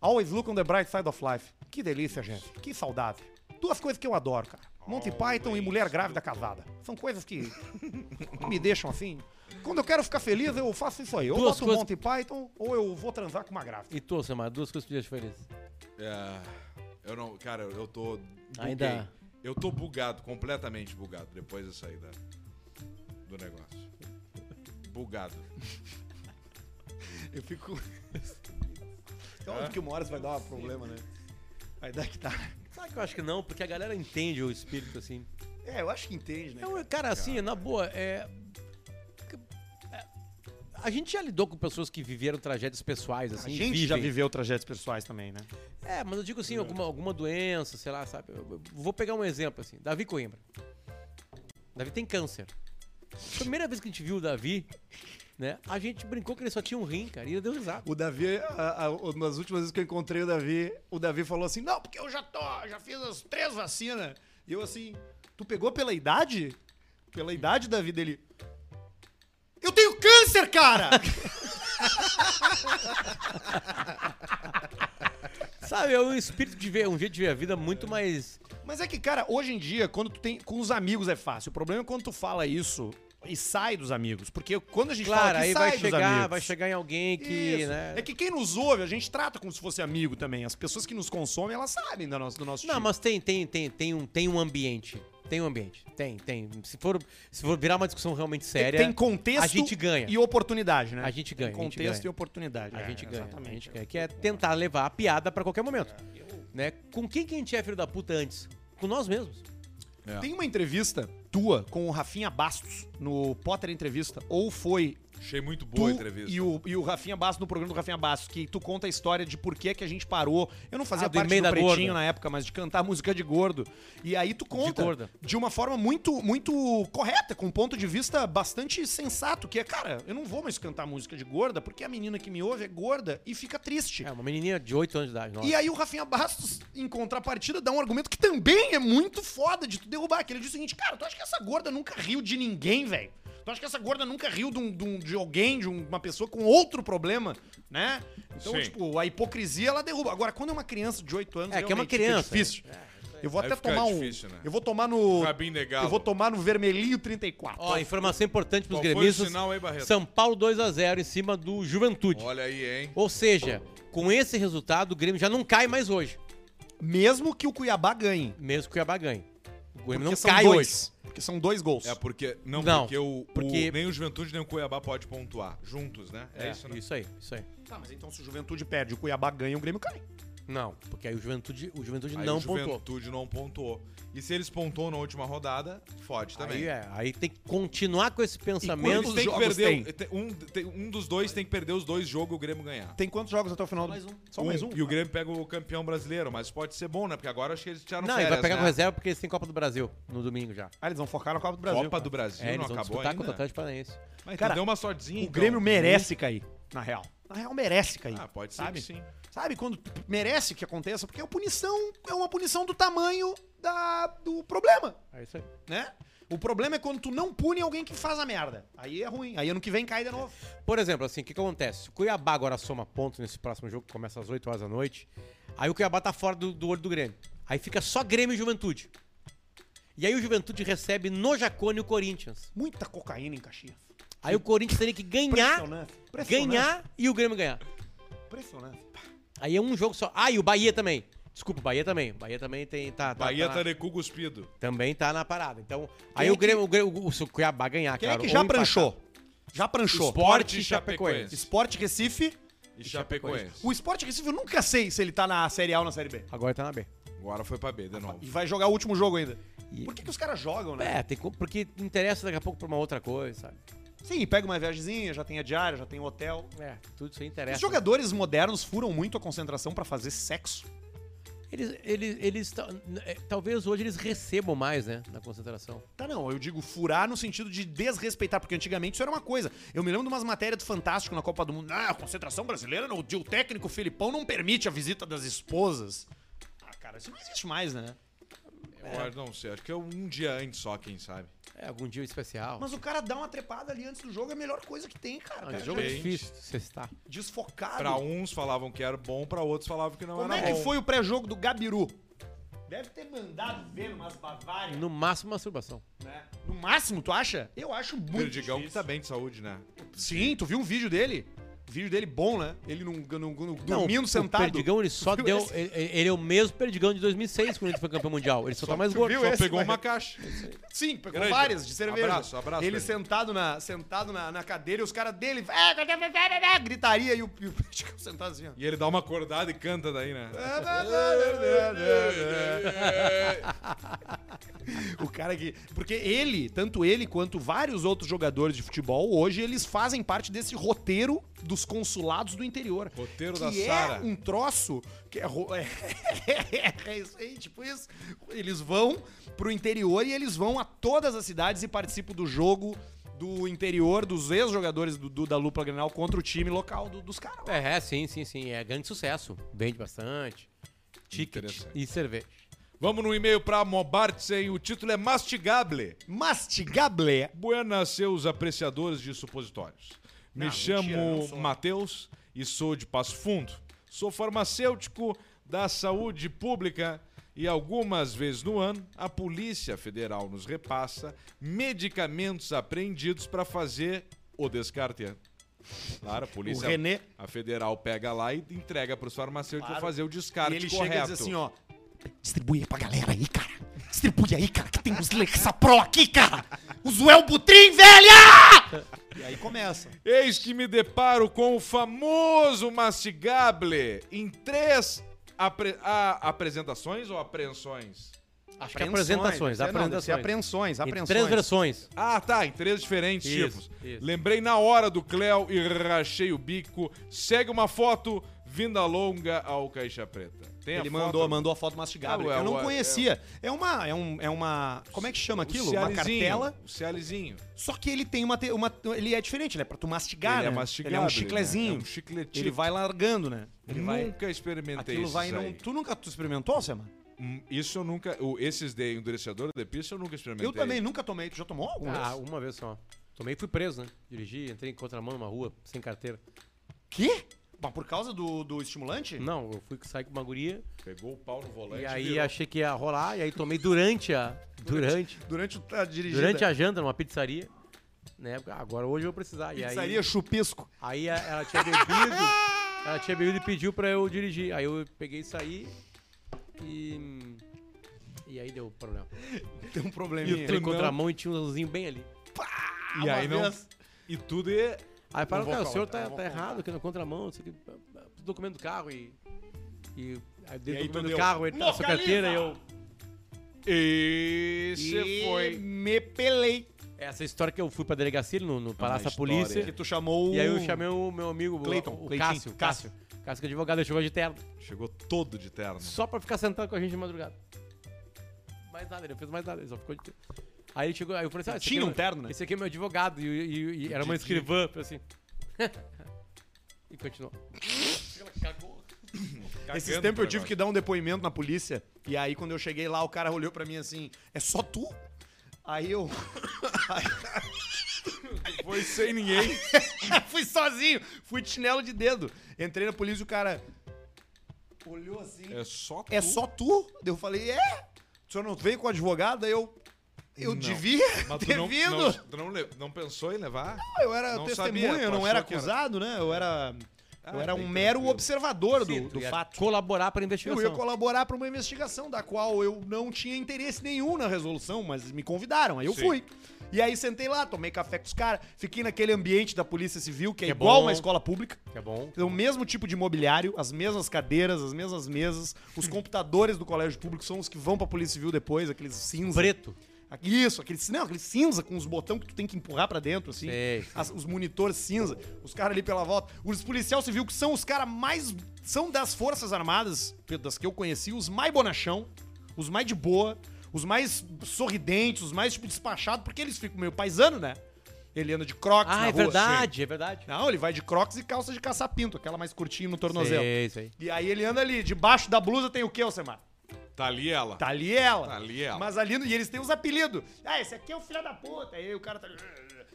Always look on the bright side of life. Que delícia, gente. Que saudade. Duas coisas que eu adoro, cara. Monty Python e Always mulher grávida casada. São coisas que <laughs> me deixam assim. Quando eu quero ficar feliz, eu faço isso aí. Ou Duas boto coisas- Monty Python, ou eu vou transar com uma grávida. E tu, Samar, duas coisas que tu já fez. É, eu não, cara, eu, eu tô. Ainda- buguei. Eu tô bugado, completamente bugado depois da saída do negócio. Bugado. Eu fico. Então, óbvio que uma hora isso vai dar um problema, né? Vai dar que tá. Sabe que eu acho que não, porque a galera entende o espírito assim. É, eu acho que entende, né? É, um- cara, assim, na boa, é. é, A gente já lidou com pessoas que viveram tragédias pessoais, assim. vivem. viveu tragédias pessoais também, né? É, mas eu digo assim, tá. alguma, alguma doença, sei lá, sabe? Eu- eu vou pegar um exemplo, assim. Davi Coimbra. Davi tem câncer. Primeira vez que a gente viu o Davi, né? A gente brincou que ele só tinha um rim, cara, e ele deu risada. O Davi, a- a- uma das últimas vezes que eu encontrei o Davi, o Davi falou assim: Não, porque eu já tô, já fiz as três vacinas. E eu assim, tu pegou pela idade? Pela idade, Davi, dele. Eu tenho câncer, cara! Sabe, é um espírito de ver, um jeito de ver a vida muito mais. <laughs> Mas é que, cara, hoje em dia, quando tu tem. Com os amigos é fácil. O problema é quando tu fala isso e sai dos amigos. Porque quando a gente Claro, fala que aí sai vai dos chegar, amigos- vai chegar em alguém que, Isso. né? É que quem nos ouve, a gente trata como se fosse amigo também. As pessoas que nos consomem, elas sabem do nosso, do nosso Não, tipo. mas tem, tem, tem, tem um, tem um ambiente. Tem um ambiente. Tem, tem. Se for, se for virar uma discussão realmente séria, tem contexto a gente ganha. e oportunidade, né? a gente ganha. Tem contexto a gente e ganha. oportunidade. A É, gente ganha. A Exatamente. gente ganha. Que é tentar levar a piada pra qualquer momento. É, Né? Com quem que a gente é filho da puta antes? Com nós mesmos. Tem uma entrevista tua com o Rafinha Bastos no Potter Entrevista, ou foi Achei muito tu boa a entrevista. e o, e o Rafinha Bastos, no programa do Rafinha Bastos, que tu conta a história de por que que a gente parou. Eu não fazia Ah, do parte e-mail do da Pretinho gorda. na época, mas de cantar música de gordo. E aí tu conta gorda. de, uma forma muito, muito correta, com um ponto de vista bastante sensato, que é, cara, eu não vou mais cantar música de gorda porque a menina que me ouve é gorda e fica triste. É, uma menininha de 8 anos de idade. Nossa. E aí o Rafinha Bastos, em contrapartida, dá um argumento que também é muito foda de tu derrubar. Que ele diz o seguinte, cara, tu acha que essa gorda nunca riu de ninguém, velho? Tu acha que essa gorda nunca riu de, um- de um- de alguém, de um- uma pessoa com outro problema, né? Então, Sim. tipo, a hipocrisia, ela derruba. Agora, quando é uma criança de 8 anos, É, que é uma realmente fica criança, difícil. Eu vou Aí até fica tomar difícil, um... né? Eu vou tomar no... Fica bem legal. Eu vou tomar no vermelhinho 34. Ó, informação importante pros Qual foi o gremistas. sinal aí, Barreto? São Paulo 2x0 em cima do Juventude. Olha aí, hein? Ou seja, com esse resultado, o Grêmio já não cai mais hoje. Mesmo que o Cuiabá ganhe. Mesmo que o Cuiabá ganhe. O Grêmio Porque não são cai hoje. dois. Porque são dois gols. É porque. Não, Não, porque, o, o- porque- nem o Juventude nem o Cuiabá pode pontuar. Juntos, né? É, isso, né? Isso aí, isso aí. Tá, mas então se o Juventude perde, o Cuiabá ganha, o Grêmio cai. Não, porque aí o Juventude, o Juventude Aí não o pontuou. Juventude não pontuou. E se eles pontuam na última rodada, fode também. Aí, é, aí tem que continuar com esse pensamento. quantos Eles têm que jogos perder. o- Um, tem- um dos dois tem que perder os dois jogos e o Grêmio ganhar. Tem quantos jogos até o final? Mais um. Só mais um? E o Grêmio pega o campeão brasileiro, mas pode ser bom, né? Porque agora acho que eles tiraram Não, férias, ele vai pegar né? com reserva porque eles têm Copa do Brasil no domingo já. Ah, eles vão focar na Copa do Brasil. Então, Copa cara. do Brasil é, não eles vão acabou disputar ainda. contra o Atlético Paranaense. Mas então Cara, deu uma O sortezinha, então. Grêmio merece cair, na real. Na real, merece cair. Ah, pode ser sabe? que sim. Sabe quando tu- merece que aconteça? Porque a punição é uma punição do tamanho da, do problema, É isso aí. né? O problema é quando tu não pune alguém que faz a merda. Aí é ruim. Aí ano que vem cai de novo. Por exemplo, assim, o que, que acontece? Se o Cuiabá agora soma pontos nesse próximo jogo, que começa às 8 horas da noite, aí o Cuiabá tá fora do, do olho do Grêmio. Aí fica só Grêmio e Juventude. E aí o Juventude recebe no Jacone o Corinthians. Muita cocaína em Caxias. Aí o Corinthians teria que ganhar, Impressionante. Impressionante. ganhar e o Grêmio ganhar. Impressionante. Aí é um jogo só. Ah, e o Bahia também. Desculpa, o Bahia também. O Bahia também tem. Tá, tá- Bahia tá tá na- de cu cuspido. Também tá na parada. Então, aí o é que- Grêmio, o Grêmio, o, se o Cuiabá ganhar, Quem cara. é que ou já empatar. pranchou? Já pranchou. Esporte Esporte e Chapecoense. Esporte Recife. E Chapecoense. O Esporte Recife eu nunca sei se ele tá na Série A ou na Série B. Agora tá na B. Agora foi pra B de novo. E vai jogar o último jogo ainda. E- Por que, que os caras jogam, né? É, tem, co- porque interessa daqui a pouco pra uma outra coisa, sabe? Sim, pega uma viagemzinha, já tem a diária, já tem o hotel. É, tudo isso aí interessa. Os jogadores modernos furam muito a concentração pra fazer sexo. Eles, eles, eles ta- é, talvez hoje eles recebam mais, né, na concentração. Tá, não, eu digo furar no sentido de desrespeitar, porque antigamente isso era uma coisa. Eu me lembro de umas matérias do Fantástico na Copa do Mundo. Ah, a concentração brasileira, não, o técnico Filipão não permite a visita das esposas. Ah, cara, isso não existe mais, né? Eu acho- não sei, acho que é um dia antes só, quem sabe. É, algum dia especial. Mas o cara dá uma trepada ali antes do jogo é a melhor coisa que tem, cara. Não, cara esse jogo é gente. difícil de se citar. Desfocado. Pra uns falavam que era bom, pra outros falavam que não Tá Como era é que bom. foi o pré-jogo do Gabiru? Deve ter mandado ver umas Bavárias, No máximo, masturbação. né? No máximo, tu acha? Eu acho muito Perdigão que difícil. tá bem de saúde, né? Sim, tu viu um vídeo dele? O vídeo dele bom, né? Ele num, num, num, dormindo sentado. O Perdigão, ele só Viu deu. esse? Ele, ele é o mesmo Perdigão de 2006, quando ele foi campeão mundial. Ele só, tá mais tu gordo. viu Só esse, né? pegou mas- uma caixa. Sim, pegou Grande. várias de cerveja. Abraço, abraço, Ele Perdigão. sentado na, sentado na, na cadeira e os caras dele... "Ah, cadê a Bavária?" Gritaria e o, e o <laughs> Perdigão sentado assim, ó. E ele dá uma acordada e canta daí, né? É. <laughs> É. O cara que. Porque ele, tanto ele quanto vários outros jogadores de futebol, hoje eles fazem parte desse roteiro dos consulados do interior. Roteiro que da é Sara. um troço que é. ro- <laughs> é isso aí, tipo isso. Eles vão pro interior e eles vão a todas as cidades e participam do jogo do interior dos ex-jogadores do, do- da Lupla Grenal contra o time local do- dos caras. É, é, sim, sim, sim. É grande sucesso. Vende bastante. Ticket Interessante. e cerveja. Vamos no e-mail pra Mobartsen. O título é Mastigable. Mastigable. Buenas, seus apreciadores de supositórios. Me chamo Matheus e sou de Passo Fundo. Sou farmacêutico da saúde pública e algumas vezes no ano a Polícia Federal nos repassa medicamentos apreendidos para fazer o descarte. Claro, a Polícia René. a Federal pega lá e entrega para os farmacêuticos Claro. fazer o descarte E ele correto. chega e diz assim, ó. Distribui aí pra galera aí, cara. Distribui aí, cara, que tem os Lexapro aqui, cara. Os Uel Butrim, velha! E aí começa. Eis que me deparo com o famoso mastigable em três apre- a- apresentações ou apreensões? Acho que né, apresentações. É, não, deve apresentações. ser apreensões, Em apreensões. três versões. Ah, tá, em três diferentes Isso, tipos. isso. Lembrei na hora do Cléo e rachei o bico. Segue uma foto, vinda longa ao Caixa Preta. Tem ele a mandou, foto? mandou a foto mastigada. Ah, ué, eu não ué, conhecia. É. uma, é um, é uma, como é que chama aquilo? O Uma Cializinho, cartela. O Cializinho. Só que ele tem uma, te- uma ele é diferente, ele é pra tu mastigar, ele é né? mastigado. Ele é um chiclezinho. É um chicletinho. Ele vai largando, né? Ele vai. Nunca experimentei Aquilo esses vai não. aí. Tu nunca tu experimentou, Sema? Hum, Isso eu nunca... o- Esses de endurecedor de pista eu nunca experimentei. Eu também nunca tomei. Tu já tomou algum? Ah, desses? uma vez só. Tomei e fui preso, né? Dirigi, entrei em contramão numa rua, sem carteira. Quê? Mas por causa do, do estimulante? Não, eu fui sair com uma guria Pegou o pau no volante e aí virou. achei que ia rolar, e aí tomei durante a. Durante. Durante o- a dirigida. durante a janta, numa pizzaria. Né? Ah, Agora hoje eu vou precisar. E aí- Pizzaria é Chupisco. Aí a- ela tinha bebido. ela tinha bebido e pediu pra eu dirigir. Aí eu peguei e saí. E. E aí deu problema. Tem um Eu probleminha. entrei em contramão e tinha um azulzinho bem ali. E aí Uma não. vez. E tudo é. Aí falaram, vou cara, o falar, senhor tá? tá, Não vou tá falar. errado aqui na contramão, não sei o que. Documento do carro e. E aí dei E aí o tu documento deu, do carro, ele tá na sua "Localiza!" carteira e eu. Esse E foi. Me pelei. é Essa história que eu fui pra delegacia no, no Palácio da Que história. Polícia. tu chamou. um E aí eu chamei o meu amigo, o- Cleiton, o, Cleitinho, Cássio, Cássio. Cássio que é advogado, ele chegou de terno. Chegou todo de terno. Só pra ficar sentado com a gente de madrugada. Mais nada, ele não fez mais nada, ele só ficou de terno. Aí ele chegou, aí eu falei assim, ah, esse Tinha aqui é um meu- terno, né? Esse aqui é meu advogado, e, e- e era uma escrivã, eu falei assim. <laughs> e continuou. Esses tempos eu tive que dar um depoimento na polícia. E aí, quando eu cheguei lá, o cara olhou pra mim assim: É só tu? Aí eu <laughs> Foi sem ninguém. fui sozinho, fui de chinelo de dedo. Entrei na polícia e o cara olhou assim: <laughs> É só. É tu. só tu? Daí Eu falei: É? O senhor não veio com advogado? Aí eu. Eu Não. devia <laughs> Mas tu ter não, vindo. não, tu não, le- não pensou em levar? Ah, eu era não testemunha, sabia, tu eu não achou era que era- acusado, né? Eu era. eu Ah, era bem um mero tranquilo. observador do, Sim, tu do ia fato. Colaborar pra é. Eu investigação. ia colaborar pra uma investigação da qual eu não tinha interesse nenhum na resolução, mas me convidaram, aí eu Sim. fui. E aí sentei lá, tomei café com os caras, fiquei naquele ambiente da Polícia Civil, que é, Que é igual bom. uma escola pública. Que é bom. É O mesmo tipo de mobiliário, as mesmas cadeiras, as mesmas mesas, os computadores do colégio público são os que vão pra Polícia Civil depois, aqueles cinza. Preto. Aqui- Isso, aquele, não, aquele cinza com os botões que tu tem que empurrar pra dentro, assim. Sei, sei. As- os monitores cinza, os caras ali pela volta. Os policiais civil que são os caras mais. São das Forças Armadas, Pedro, das que eu conheci, os mais bonachão, os mais de boa, os mais sorridentes, os mais, tipo, despachados, porque eles ficam meio paisano, né? Ele anda de crocs na Ah, é rua. verdade, é verdade. Sim. Não, ele vai de crocs e calça de caçapinto, aquela mais curtinha no tornozelo. Sei, sei. E é aí ele anda ali, debaixo da blusa tem o que, Alcemar? Tá ali ela. Tá ali ela. Tá ali ela. Mas ali, e eles têm os apelidos. Ah, esse aqui é o filho da puta. Aí o cara tá.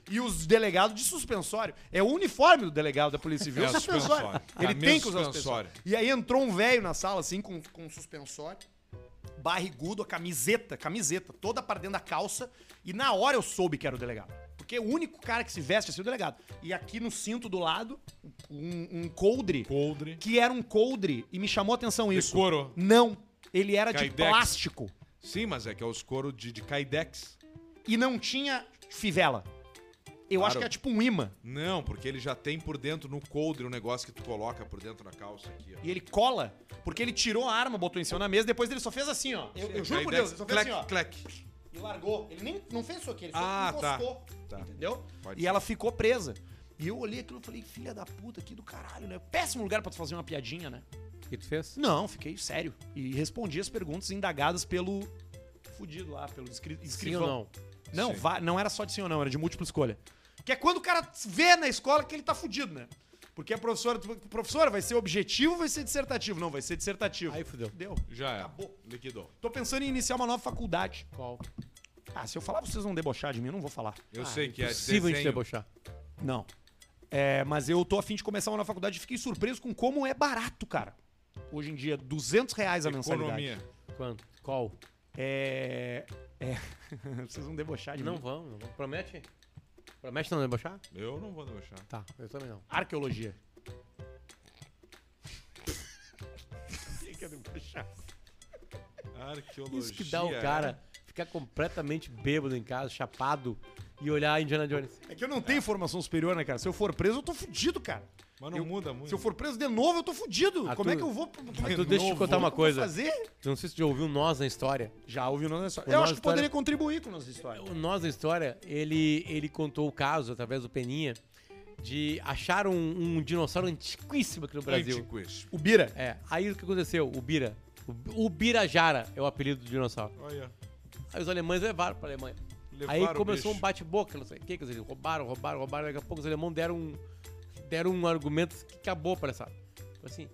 E os delegados de suspensório. É o uniforme do delegado da Polícia Civil, É é o suspensório. suspensório. Ele Camisa tem que usar suspensório. um suspensório. E aí entrou um velho na sala, assim, com, com suspensório. barrigudo, a camiseta, camiseta, toda para dentro da calça. E na hora eu soube que era o delegado. Porque é o único cara que se veste assim é o delegado. E aqui no cinto do lado, um, um coldre, Coldre. que era um coldre, e me chamou a <laughs> atenção De isso. couro. Não, ele era de Kydex. plástico Sim, mas é que é os couro de, de Kydex. e não tinha fivela. Eu Claro. acho que é tipo um imã. Não, porque ele já tem por dentro no coldre um negócio que tu coloca por dentro da calça aqui, ó. E ele cola, porque ele tirou a arma, botou em cima da mesa, depois ele só fez assim, ó. Eu, eu juro por Deus, É Kydex, ele só fez clec, assim, ó. clec. E largou. Ele nem não fez isso aqui, ele só Ah, tá. encostou. Tá. Entendeu? Pode e ser. ela ficou presa. E eu olhei aquilo e falei, filha da puta, que do caralho, né? Péssimo lugar pra tu fazer uma piadinha, né? que tu fez? Não, fiquei sério. E respondi as perguntas indagadas pelo fudido lá, pelo escri Sim escrivão. ou não? Não, Sim. va- não era só de sim ou não, era de múltipla escolha. Que é quando o cara vê na escola que ele tá fudido, né? Porque a professora, tu- professora, vai ser objetivo ou vai ser dissertativo? Não, vai ser dissertativo. Aí fudeu. Deu. Já é. Acabou. Liquidou. Tô pensando em iniciar uma nova faculdade. Qual? Ah, se eu falar, vocês vão debochar de mim, eu não vou falar. Eu sei que é de Impossível a gente desenho. debochar. Não. É, mas eu tô afim de começar uma nova faculdade e fiquei surpreso com como é barato, cara. Hoje em dia, 200 reais a mensalidade. Economia. Quanto? Qual? É... É... <laughs> vocês vão debochar de Não mim. vamos, não vamos. Promete? Promete não debochar? Eu não vou debochar. Tá, eu também não. Arqueologia. Quem quer debochar? Arqueologia. Isso que dá o é. cara ficar completamente bêbado em casa, chapado, e olhar Indiana Jones. É que eu não tenho formação superior, né, cara? Se eu for preso, eu tô fudido, cara. Mas não Eu- muda muito. Se eu for preso de novo, eu tô fudido. Arthur, como é que eu vou... Como é que Arthur, deixa eu te novo? contar uma Como é que eu vou coisa. fazer? Não sei se tu já ouviu Nós na História. Já ouviu nossa história. O Eu Nós tá- acho que História- poderia contribuir com nossa história. O Nós na História, ele, ele contou o caso, através do Peninha, de achar um, um dinossauro antiquíssimo aqui no Brasil. Antiquíssimo. O Bira. É, aí o que aconteceu? O Bira. O, o Birajara é o apelido do dinossauro. Olha. Aí os alemães levaram pra Alemanha. levaram Aí o começou um bicho. bate-boca, não sei o que, que eles roubaram, roubaram, roubaram. Daqui a pouco os alemães deram um, deram um argumento que acabou para essa. Falou assim,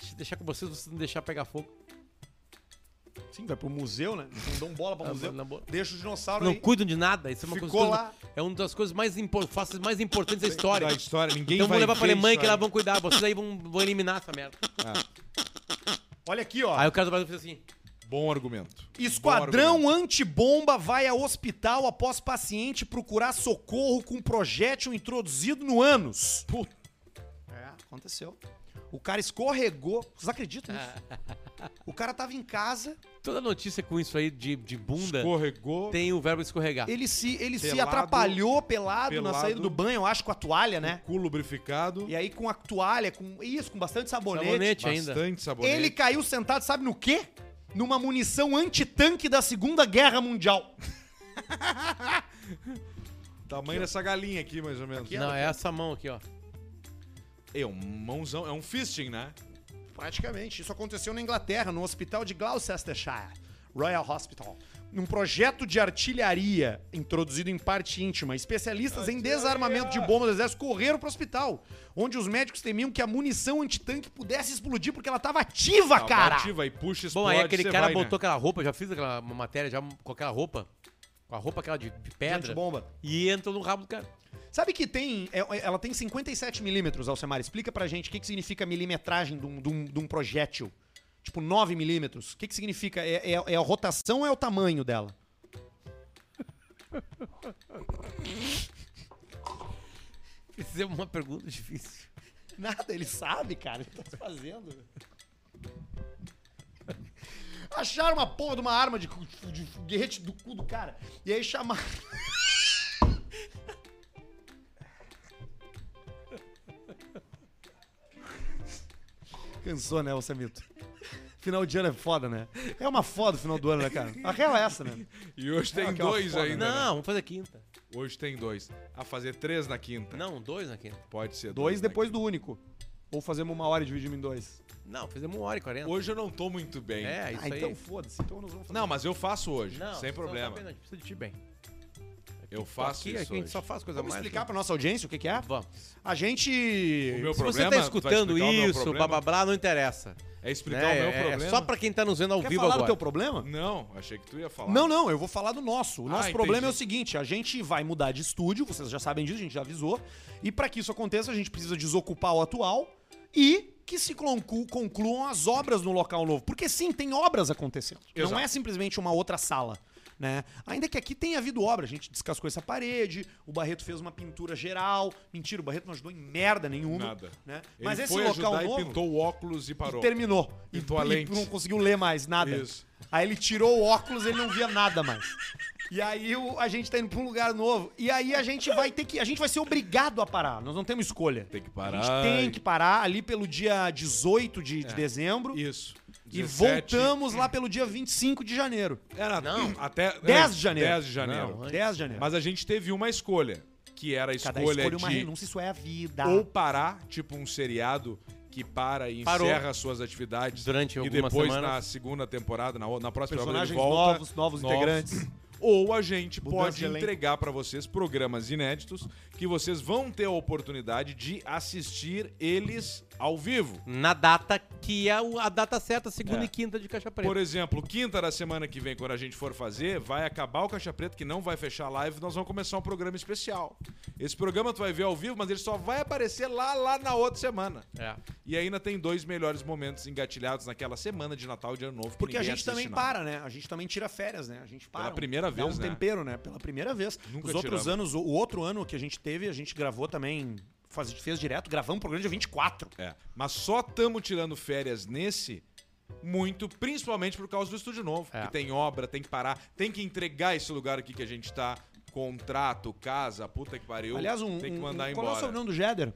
se deixar com vocês, vocês não deixar pegar fogo. Sim, vai pro museu, né? Não dão bola pra Ah, museu. na boa. Deixa o dinossauro Não aí. cuidam de nada, isso é uma Ficou coisa. lá. É uma das coisas mais, impor- faces mais importantes da história. Da história. Ninguém Então vai vão levar pra ver Alemanha isso que lá aí. vão cuidar, vocês aí vão, vão eliminar essa merda. Olha aqui, ó. Aí o cara do Brasil fez assim: Bom argumento. Bom Esquadrão antibomba vai a hospital após paciente procurar socorro com projétil introduzido no ânus. Puta. É, aconteceu. O cara escorregou. Vocês acreditam nisso? É. O cara tava em casa, toda notícia com isso aí de, de bunda Escorregou. tem o verbo escorregar. ele se, ele se Pelado. atrapalhou pelado, na Pelado. saída do banho, eu acho, com a toalha, né? Cu lubrificado. E aí com a toalha, com isso, com bastante sabonete. Sabonete ainda. Bastante sabonete. Ele caiu sentado, sabe no quê? Numa munição antitanque da Segunda Guerra Mundial. Tamanho dessa galinha aqui, mais ou menos. Não, é essa mão aqui, ó. É um mãozão, é um fisting, né? Praticamente. Isso aconteceu na Inglaterra, no hospital de Gloucestershire, Royal Hospital. Num projeto de artilharia introduzido em parte íntima, especialistas em desarmamento de bombas do exército correram para o hospital, onde os médicos temiam que a munição antitanque pudesse explodir porque ela estava ativa, Tá, cara. Ativa e puxa, explode, Ah, Bom, aí é aquele cê cara vai, botou né? aquela roupa, já fiz aquela uma matéria já com aquela roupa, com a roupa aquela de, de pedra, Antibomba. e entrou no rabo do cara. <laughs> Sabe que tem. é- é- Ela tem 57 milímetros, Alcemar. Explica pra gente o que, que significa milimetragem de um, de um- de um projétil. Tipo, 9 milímetros. O que, que significa? É, é- é a rotação ou é o tamanho dela? Fizemos uma pergunta difícil. Nada, ele sabe, cara. Ele tá se fazendo. Acharam uma porra de uma arma de, cu- de foguete do cu do cara. E aí chamaram. <laughs> Cansou, né, Alcemito? Final de ano é foda, né? É uma foda o final do ano, né, cara? A real é essa, né? E hoje tem aquela dois foda, ainda. né? Não, vamos fazer quinta. Hoje tem dois. A fazer três na quinta. Não, dois na quinta. Pode ser Dois na depois do único. Ou fazemos uma hora e dividimos em dois. Não, fizemos uma hora e quinta. quarenta. Hoje eu não tô muito bem. É, isso ah, aí. então foda-se. Então nós vamos fazer. Não, mas eu faço hoje, Não, sem não, problema. não, não, A gente precisa de ti bem. Eu faço aqui, isso aqui a gente hoje. só faz coisa Vamos mais. explicar né? pra nossa audiência o que, que é? Vamos. A gente. O meu Se você problema, tá tu vai escutando explicar o meu isso, blá problema? blá blá, não interessa. É explicar né? o meu É- problema. É só pra quem tá nos vendo ao Quer vivo falar do agora. teu problema? Não, achei que tu ia falar. Não, não, eu vou falar do nosso. O Ah, nosso entendi. problema é o seguinte: a gente vai mudar de estúdio, vocês já sabem disso, a gente já avisou. E pra que isso aconteça, a gente precisa desocupar o atual e que se conclu- concluam as obras no local novo. Porque sim, tem obras acontecendo. Não Exato. é simplesmente uma outra sala. Né? Ainda que aqui tenha havido obra, a gente descascou essa parede, o Barreto fez uma pintura geral. Mentira, o Barreto não ajudou em merda nenhuma. Nada. Né? Ele Mas esse foi local ajudar novo e pintou o óculos e parou. terminou. E, Pintou a e lente. não conseguiu ler mais nada. Isso. Aí ele tirou o óculos, ele não via nada mais. E aí o- a gente tá indo pra um lugar novo. E aí a gente vai ter que. A gente vai ser obrigado a parar. Nós não temos escolha. Tem que A parar. É. gente tem que parar ali pelo dia 18 de, de dezembro. E, Isso. voltamos lá pelo dia 25 de janeiro. Era, não. Até, 10 de janeiro. 10 de janeiro. Não, 10 de janeiro. Mas a gente teve uma escolha, que era a Cada escolha, escolha, de uma renúncia, isso é a vida. ou parar, tipo um seriado que para e Parou. encerra suas atividades Durante e algumas depois semanas. na segunda temporada, na, o- na próxima Personagens temporada ele volta, novos, novos integrantes. <clears throat> Ou a gente Mudança de pode elenco. entregar pra vocês programas inéditos que vocês vão ter a oportunidade de assistir eles ao vivo. Na data que é o- a data certa, segunda e quinta de Caixa É. Preta. Por exemplo, quinta da semana que vem, quando a gente for fazer, vai acabar o Caixa Preta, que não vai fechar a live, nós vamos começar um programa especial. Esse programa tu vai ver ao vivo, mas ele só vai aparecer lá, lá na outra semana. É. E ainda tem dois melhores momentos engatilhados naquela semana de Natal e de Ano Novo. que Porque a ninguém gente também assiste nada. para, né? A gente também tira férias, né? A gente para. Pela um- primeira dá vez, um né? tempero, né? Pela primeira vez. Nunca Os outros tiramos. anos, o o outro ano que a gente teve, a gente gravou também, faz, fez direto, gravamos um programa de 24. É. Mas só estamos tirando férias nesse muito, principalmente por causa do estúdio novo. É. Que tem obra, tem que parar, tem que entregar esse lugar aqui que a gente tá. Contrato, casa, puta que pariu. Aliás, um. Tem que um- mandar um- embora. Qual é o sobrenome do Jeder?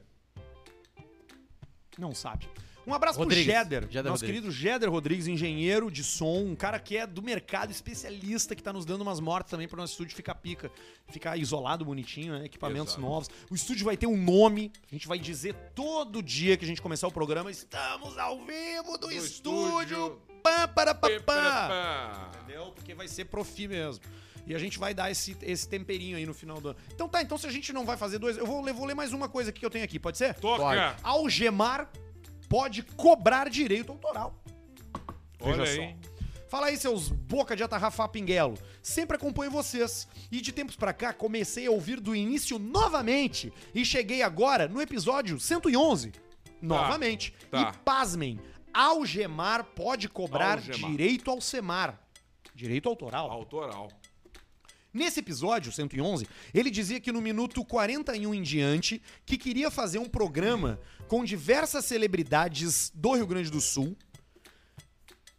Não sabe. Um abraço Rodrigues. pro Jeder, Jeder nosso Rodrigues. querido Jeder Rodrigues, engenheiro de som, um cara que é do mercado, especialista, que tá nos dando umas mortes também pro nosso estúdio ficar pica, ficar isolado, bonitinho, né? equipamentos Exato. novos. O estúdio vai ter um nome, a gente vai dizer todo dia que a gente começar o programa, estamos ao vivo do, Do estúdio, estúdio. pá, para, pá, pá. Pá. Entendeu? Porque vai ser profi mesmo. E a gente vai dar esse, esse temperinho aí no final do ano. Então tá, então se a gente não vai fazer dois, eu vou, eu vou ler mais uma coisa aqui que eu tenho aqui, pode ser? Toca! Olha. Algemar pode cobrar direito autoral. Olha Veja aí. Fala aí, seus boca de atarrafar pinguelo. Sempre acompanho vocês. E de tempos pra cá, comecei a ouvir do início novamente. E cheguei agora no episódio 111. Novamente. tá. E pasmem, Algemar pode cobrar Algemar. direito ao Semar. Direito autoral. Autoral. Nesse episódio, 111, ele dizia que no minuto 41 em diante, que queria fazer um programa com diversas celebridades do Rio Grande do Sul,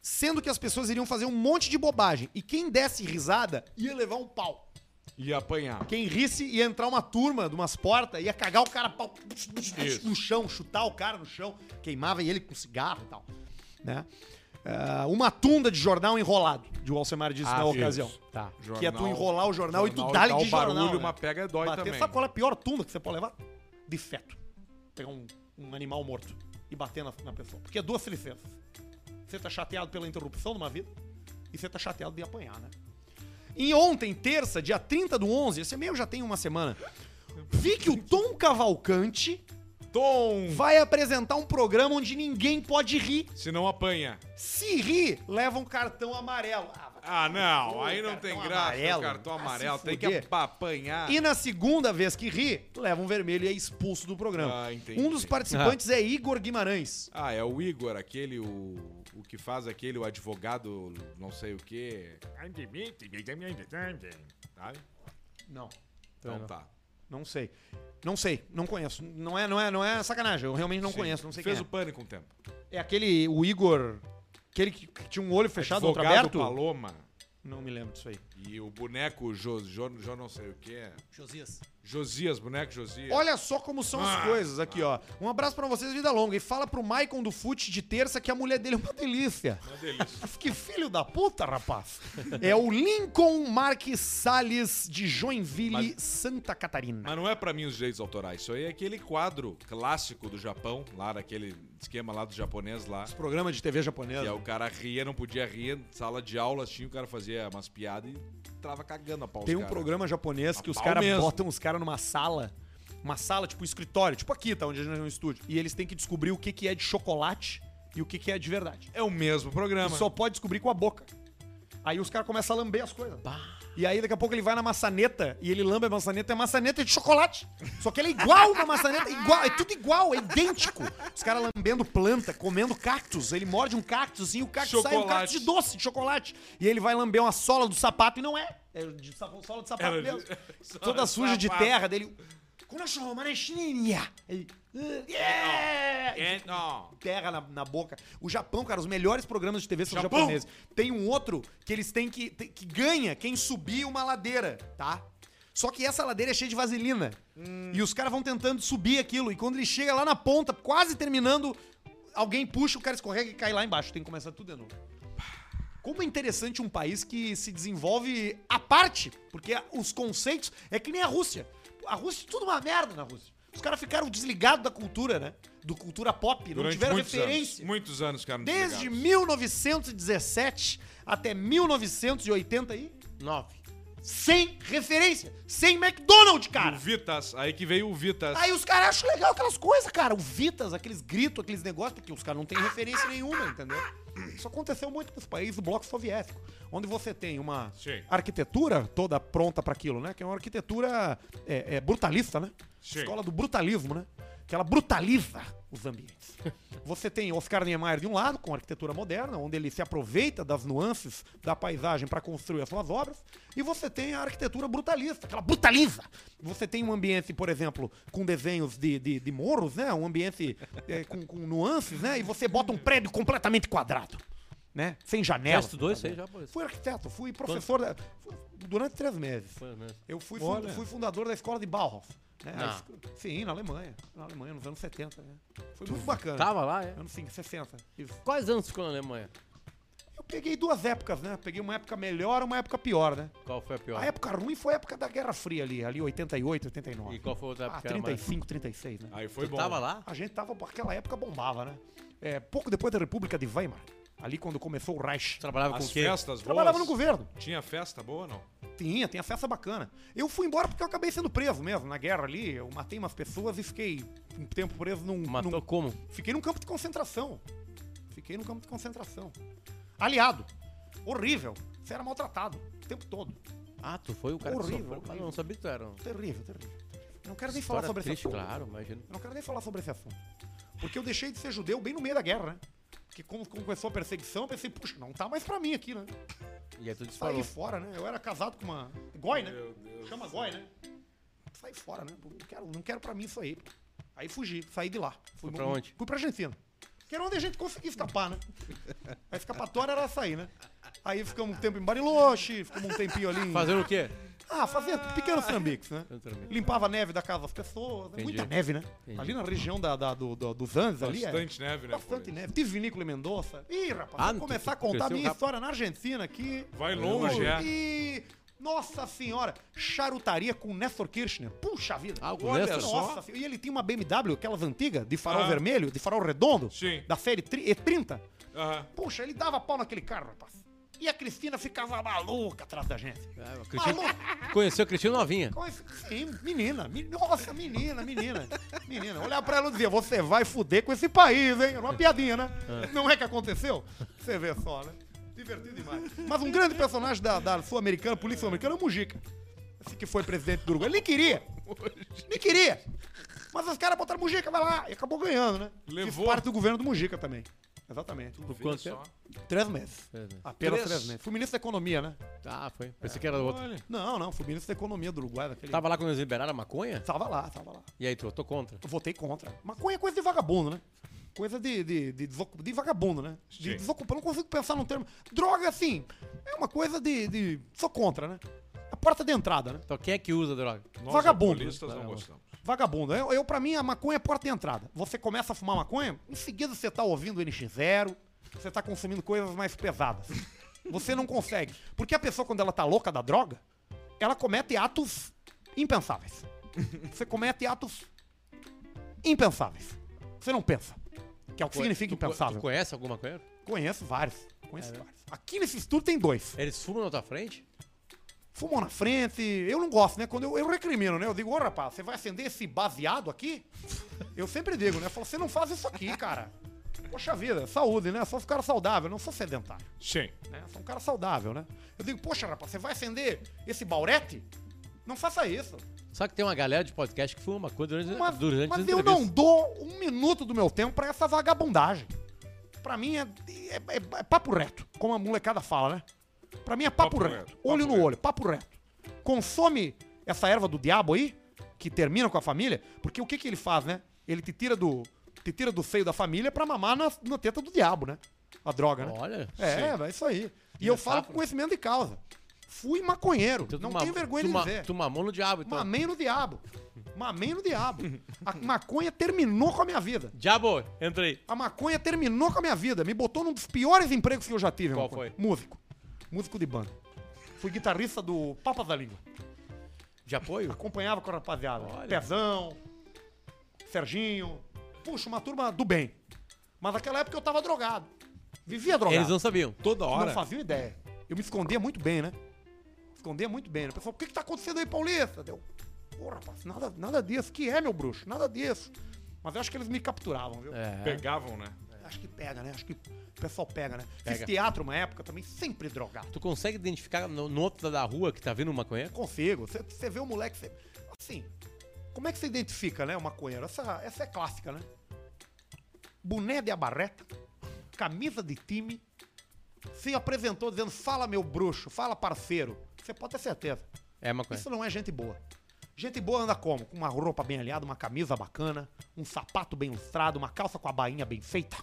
sendo que as pessoas iriam fazer um monte de bobagem. E quem desse risada ia levar um pau. E apanhar. Quem risse ia entrar uma turma de umas portas, ia cagar o cara pau, Isso. no chão, chutar o cara no chão, queimava ele com cigarro e tal. Né? Ah, uma tunda de jornal enrolado, de o Alcemar disse na isso. ocasião. Tá. Que é tu enrolar o jornal, e tu dá dá-lhe de jornal. barulho, né? uma pega dói bater, também. sabe qual é a pior tunda que você pode levar? De feto. Pegar um, um animal morto e bater na, na pessoa. Porque é duas licenças. Você tá chateado pela interrupção de uma vida e você tá chateado de apanhar, né? E ontem, terça, dia 30 do 11, esse e-mail já tem uma semana, vi que o Tom Cavalcante Tom! vai apresentar um programa onde ninguém pode rir. Se não apanha. Se rir, leva um cartão amarelo. Ah, vai Ah, não. Ui, aí não cartão tem graça. amarelo. o Cartão Ah, se amarelo. tem que fuder. apa- apanhar. E na segunda vez que ri, leva um vermelho e é expulso do programa. Ah, entendi. um dos participantes é Igor Guimarães. Ah, é o Igor, aquele, o, o que faz aquele, o advogado, não sei o quê. Sabe? Não, Então tá. não sei. Não sei, não conheço. Não é, não é, não é sacanagem. Eu realmente não Sim. conheço, não sei Fez quem o pânico um tempo. é. É aquele o Igor, aquele que que tinha um olho Tá fechado, outro aberto? Paloma Não me lembro disso aí. e o boneco Jô, Jô, Jô não sei o quê. Josias. Josias, boneco Josias. Olha só como são as Ah. coisas aqui, ó. Um abraço pra vocês, vida longa. E fala pro Maicon do Fute de terça que a mulher dele é uma delícia. Uma delícia. Que filho da puta, rapaz! É o Lincoln Marques Salles de Joinville, Santa Catarina. Mas não é pra mim os direitos autorais. Isso aí é aquele quadro clássico do Japão, lá daquele esquema lá do japonês lá. programa de TV japonesa. Que é o cara ria, não podia rir. Sala de aula, tinha, o cara fazia umas piadas e trava cagando a pau. os Tem um cara. programa japonês que A os pau caras mesmo. botam os caras numa sala, uma sala um tipo escritório, tipo aqui, tá? Onde a gente é um estúdio. E eles têm que descobrir o que, que é de chocolate e o que, que é de verdade. É o mesmo E programa. só pode descobrir com a boca. Aí os caras começam a lamber as coisas. E aí daqui a pouco ele vai na maçaneta e ele lambe a maçaneta, é maçaneta de chocolate. Só que ela é igual uma maçaneta, igual, é tudo igual, é idêntico. Os caras lambendo planta, comendo cactos. Ele morde um cactus assim, e o cactus sai um Chocolate. cactus de doce, de chocolate. E ele vai lamber uma sola do sapato e não é. É de sapo- sola do sapato Era de- <laughs> mesmo. sola Toda de suja de sapato. terra dele. Kurashou, Mareshinya. Ele, "Ah, Yeah! É, não. terra na, na boca. O Japão, cara, os melhores programas de TV são Japão! japoneses. Tem um outro que eles têm que, tem- que ganha quem subir uma ladeira, tá? Só que essa ladeira é cheia de vaselina. E os caras vão tentando subir aquilo. E quando ele chega lá na ponta, quase terminando, alguém puxa, o cara escorrega e cai lá embaixo. Tem que começar tudo de novo. Como é interessante um país que se desenvolve à parte, porque os conceitos é que nem a Rússia. A Rússia é tudo uma merda na Rússia. Os caras ficaram desligados da cultura, né? Do cultura pop, não Durante tiveram muitos referência. anos. Muitos anos, cara. Desde desligados. 1917 até 1980 aí, Nove. sem referência, sem McDonald's, O cara. Vitas, aí que veio o Vitas. Aí os caras acham legal aquelas coisas, cara. O Vitas, aqueles gritos, aqueles negócios, porque os caras não têm referência nenhuma, entendeu? Isso aconteceu muito nos países do bloco soviético, onde você tem uma Sim. arquitetura toda pronta para aquilo, né? Que é uma arquitetura é, é, brutalista, né? Sim. Escola do brutalismo, né? Que ela brutaliza os ambientes. Você tem Oscar Niemeyer de um lado, com arquitetura moderna, onde ele se aproveita das nuances da paisagem para construir as suas obras, e você tem a arquitetura brutalista, que ela brutaliza. Você tem um ambiente, por exemplo, com desenhos de, de, de morros, né? Um ambiente é, com, com nuances, né? E você bota um prédio completamente quadrado, né? Sem janela. Resto dois, seis japoneses. Fui arquiteto, fui professor da- fui- durante três meses. Eu fui, fun- fui fundador da escola de Bauhaus. né? A Não. esco- Sim, na Alemanha. Na Alemanha, nos anos 70. Né? Foi muito Tá bacana. Tava lá, é? Anos sim, 60. Isso. Quais anos ficou na Alemanha? Eu peguei duas épocas, né? Peguei uma época melhor e uma época pior, né? Qual foi a pior? A época ruim foi a época da Guerra Fria ali, ali 88, 89. E qual foi a outra Ah, época? que era mais- 35, 36, né? Aí foi Tu bom. tava lá? A gente tava, aquela época bombava, né? É, pouco depois da República de Weimar, ali quando começou o Reich. Trabalhava com As o quê? festas Trabalhava no boas. governo. Tinha festa boa, não? Tinha, tem a festa bacana. Eu fui embora porque eu acabei sendo preso mesmo na guerra ali. Eu matei umas pessoas e fiquei um tempo preso num. Matou num- como? Fiquei num campo de concentração. Fiquei num campo de concentração. Aliado. Horrível. Você era maltratado o tempo todo. Ah, tu foi o cara Horrível, que sofreu. Ah, horrível. não sabia que tu era. um- Terrível, terrível. Eu não quero nem falar História sobre triste, esse assunto. claro, imagino. Eu não quero nem falar sobre esse assunto. Porque eu deixei de ser judeu bem no meio da guerra, né? Porque como como começou a perseguição, eu pensei, puxa, não tá mais pra mim aqui, né? E aí tu Saí disparou. fora, né? Eu era casado com uma. Goi, né? Meu Deus. Chama Goi, né? Saí fora, né? Não quero, não quero pra mim isso aí. Aí fugi, saí de lá. Fui pra onde? Fui pra Argentina. Que era onde a gente conseguia escapar, né? A escapatória era sair, né? Aí ficamos um tempo em Bariloche, ficamos um tempinho ali em... Fazendo o quê? Ah, fazia pequenos trambiques, né? Eu também. Limpava a neve da casa das pessoas. né? Entendi. Muita neve, né? Entendi. Ali na região da, da- do, do- dos Andes, ali é... Bastante neve, né? Bastante Paulista? neve. Tive vinícola em Mendonça. Ih, rapaz, Ah, vou tu- começar a tu contar a cresceu minha rápido. história na Argentina aqui. Vai longe, é. E. Nossa senhora, charutaria com Nestor Kirchner. Puxa vida. Ah, com o Olha Nestor? Nossa senhora. E ele tinha uma BMW, aquelas antigas, de farol Ah. vermelho, de farol redondo, Sim. da série tri- E30. Aham. Puxa, ele dava pau naquele carro, rapaz. E a Cristina ficava maluca atrás da gente. Ah, a Cristina- Maluca. Conheceu a Cristina novinha. Com esse- é Sim, menina, meni- nossa, menina, menina, menina. Olhar pra ela e dizer, você vai fuder com esse país, hein? Era uma piadinha, né? Não é que aconteceu? Você vê só, né? Divertido demais. Mas um grande personagem da, da sul-americana, polícia sul-americana, é o Mujica. Esse que foi presidente do Uruguai. Ele queria. Ele queria. Mas os caras botaram Mujica, vai lá. E acabou ganhando, né? Levou. Fiz parte do governo do Mujica também. Exatamente. Por Vê quanto só. Três meses. Três meses. Apenas Três? três, meses. Fui ministro da Economia, né? Ah, foi. Pensei que era outra. Olha. Não, não. Fui ministro da Economia do Uruguai naquele... Tava lá quando eles liberaram a maconha? Tava lá, tava lá. E aí tu votou contra. Eu votei contra. Maconha é coisa de vagabundo, né? Coisa de, de, de, desocu- de vagabundo, né? Sim. De desocupado. Não consigo pensar num termo. Droga, assim, é uma coisa de, de. Sou contra, né? A porta de entrada, né? Então quem é que usa droga? Nós, Vagabundo. alcoolistas, não Vagabundo. gostamos. Vagabundo. né? Eu, eu, pra mim, a maconha é porta de entrada. Você começa a fumar maconha, em seguida você tá ouvindo NX0, você tá consumindo coisas mais pesadas. Você não consegue. Porque a pessoa, quando ela tá louca da droga, ela comete atos impensáveis. Você comete atos impensáveis. Você não pensa. Que é o que significa Tu co- É. impensável. Tu conhece alguma maconha? Conheço vários. Conheço vários. Aqui nesse estúdio tem dois. Eles fumam na tua frente? Fumam na frente. Eu não gosto, né? Quando eu, eu recrimino, né? Eu digo, ô rapaz, você vai acender esse baseado aqui? Eu sempre digo, né? Eu falo, você não faz isso aqui, cara. Poxa vida, saúde, né? Sou um cara saudável, não sou sedentário. Sim. Né? Sou um cara saudável, né? Eu digo, poxa, rapaz, você vai acender esse baurete? Não faça isso. Só que tem uma galera de podcast que fuma maconha durante, Mas, durante mas as eu entrevistas. não dou um minuto do meu tempo pra essa vagabundagem. Pra mim é, é- é- é papo reto, como a molecada fala, né? Pra mim é papo, Papo reto. reto, Olho papo no reto. olho, papo reto. Consome essa erva do diabo aí, que termina com a família, porque o que, que ele faz, né? Ele te tira do. Te tira do seio da família pra mamar na, na teta do diabo, né? A droga, né? Olha, É, é isso aí. E eu falo com conhecimento de causa. Fui maconheiro. então tu não ma- tenho vergonha tu de ma- dizer. Tu mamou no diabo, então. Mamei no diabo. Mamei no diabo. A maconha terminou com a minha vida. Diabo, entra aí. A maconha terminou com a minha vida. Me botou num dos piores empregos que eu já tive. Qual maconha. foi? Músico. Músico de banda. Fui guitarrista do Papas da Língua. De apoio? Acompanhava com a rapaziada. Olha. Pezão, Serginho. Puxa, uma turma do bem. Mas naquela época eu tava drogado. Vivia drogado. <laughs> Eles não sabiam. Toda hora. Não faziam ideia. Eu me escondia muito bem, né? Escondia muito bem. né? O pessoal, o que que tá acontecendo aí, Paulista? Deu. Pô, rapaz, nada, nada disso. Que é, meu bruxo? Nada disso. Mas eu acho que eles me capturavam, viu? É. Pegavam, né? Acho que pega, né? Acho que o pessoal pega, né? Pega. Fiz teatro uma época também, sempre drogado. Tu consegue identificar no, no outro da rua que tá vindo um maconheiro? Consigo. Você- Você vê o moleque. Você... Assim, como é que você identifica, né, o maconheiro? Essa, essa é clássica, né? Boné de abarreta, camisa de time, se apresentou dizendo: fala, meu bruxo, fala, parceiro. Você pode ter certeza. É maconha. Isso não é gente boa. Gente boa anda como? Com uma roupa bem alinhada, uma camisa bacana, um sapato bem lustrado, uma calça com a bainha bem feita.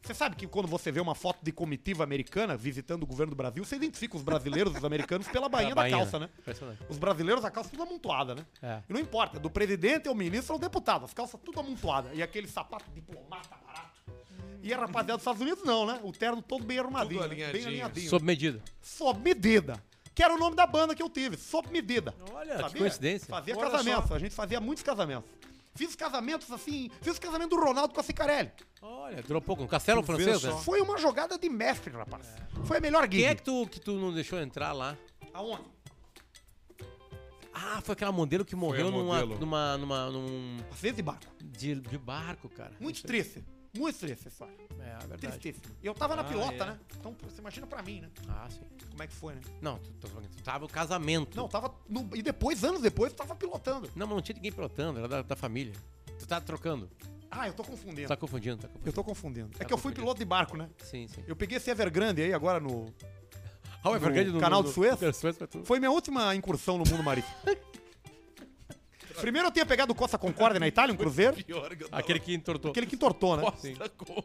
Você sabe que quando você vê uma foto de comitiva americana visitando o governo do Brasil, você identifica os brasileiros e os americanos <laughs> pela bainha, bainha, da calça, né? né? Impressionante. Os brasileiros, a calça tudo amontoada, né? É. E não importa, do presidente, ao ministro ou deputado, as calças tudo amontoada. E aquele sapato diplomata barato. E a rapaziada dos Estados Unidos não, né? O terno todo bem arrumadinho, né? bem alinhadinho. alinhadinho. Sob medida. Sob medida. Que era o nome da banda que eu tive, Sob Medida. Olha, que coincidência. Fazia Olha casamentos, a gente fazia muitos casamentos. Fiz casamentos assim, fiz o casamento do Ronaldo com a Cicarelli. Olha, dropou com castelo francês, só. né? Foi uma jogada de mestre, rapaz. Foi a melhor gig. Quem é que tu, que tu não deixou entrar lá? Aonde? Ah, foi aquela modelo que morreu a numa, modelo. numa, numa, num... Às de barco. De, de barco, cara. Muito Isso triste. Muito triste, essa história. aí. É, é verdade. Tristíssimo. Eu tava na Ah, pilota, é. né? Então, pô, você imagina pra mim, né? Ah, sim. Como é que foi, né? Não, tu, tu, tu tava o casamento. Não, eu tava. no- E depois, anos depois, eu tava pilotando. Não, mas não tinha ninguém pilotando, era da, da família. Tu tá trocando. Ah, eu tô Tu confundindo. tá confundindo, tá Eu confundindo. tô confundindo. É que eu fui piloto de barco, né? Sim, sim. Eu peguei esse Evergrande aí agora no. Ah, o Evergrande No canal do Suez? do Suez pra tu. Foi minha última incursão no mundo marítimo. Primeiro eu tinha pegado o Costa Concorde na Itália, um cruzeiro. Pior que eu Aquele que entortou. Aquele que entortou, né? Sim.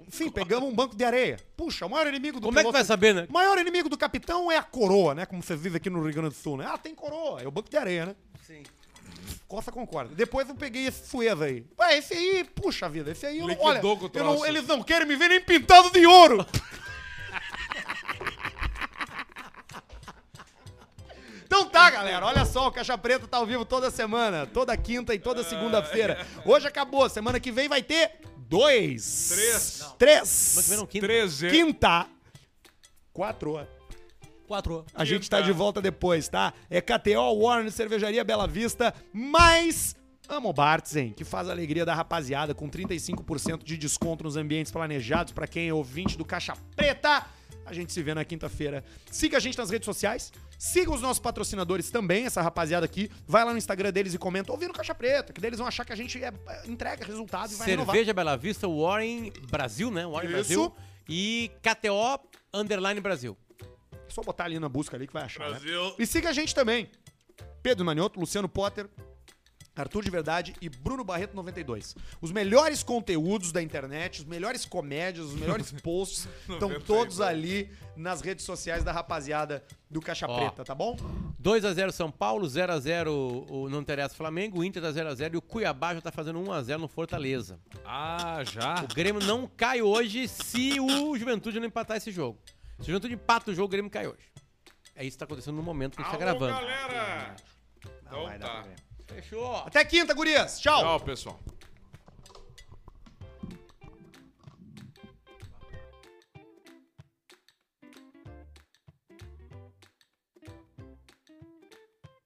Sim, pegamos um banco de areia. Puxa, o maior inimigo do Como é que piloto- vai saber, né? O maior inimigo do capitão é a coroa, né? Como vocês dizem aqui no Rio Grande do Sul, né? Ah, tem coroa. É o banco de areia, né? Sim. é Costa Concorde. Depois eu peguei esse Suez aí. Ué, esse aí, puxa vida, esse aí... Eu não, Liquidou olha, com o eu não- troço. eles não querem me ver nem pintado de ouro. <laughs> Então tá, galera. Olha só, o Caixa Preta tá ao vivo toda semana. Toda quinta e toda segunda-feira. Hoje acabou. Semana que vem vai ter dois. Três. Três. Mas também não quinta. 13. Quinta. Quatro horas. Quatro. A gente tá de volta depois, tá? É KTO, Warner, Cervejaria Bela Vista, mais Amo Bartzen, que faz a alegria da rapaziada, com 35% de desconto nos ambientes planejados pra quem é ouvinte do Caixa Preta. A gente se vê na quinta-feira. Siga a gente nas redes sociais. Siga os nossos patrocinadores também, essa rapaziada aqui. Vai lá no Instagram deles e comenta. Ouvindo Caixa Preta, que deles vão achar que a gente é- entrega resultado e vai renovar. Cerveja Bela Vista, Warren Brasil, né? Warren Isso. Brasil. E KTO Underline Brasil. É só botar ali na busca ali que vai achar. né? Brasil. E siga a gente também. Pedro Manioto, Luciano Potter, Arthur de Verdade e Bruno Barreto 92. Os melhores conteúdos da internet, os melhores comédias, os melhores posts estão 92. todos ali nas redes sociais da rapaziada do Caixa Ó. Preta, tá bom? 2x0 São Paulo, 0x0 o o não interessa Flamengo, o Inter tá 0x0 e o Cuiabá já tá fazendo 1x0 no Fortaleza. Ah, já. O Grêmio não cai hoje se o Juventude não empatar esse jogo. Se o Juventude empata o jogo, o Grêmio cai hoje. É isso que tá acontecendo no momento que a gente tá gravando. galera. Então vai dar tá. problema. Fechou. Até quinta, gurias. Tchau. Tchau, pessoal.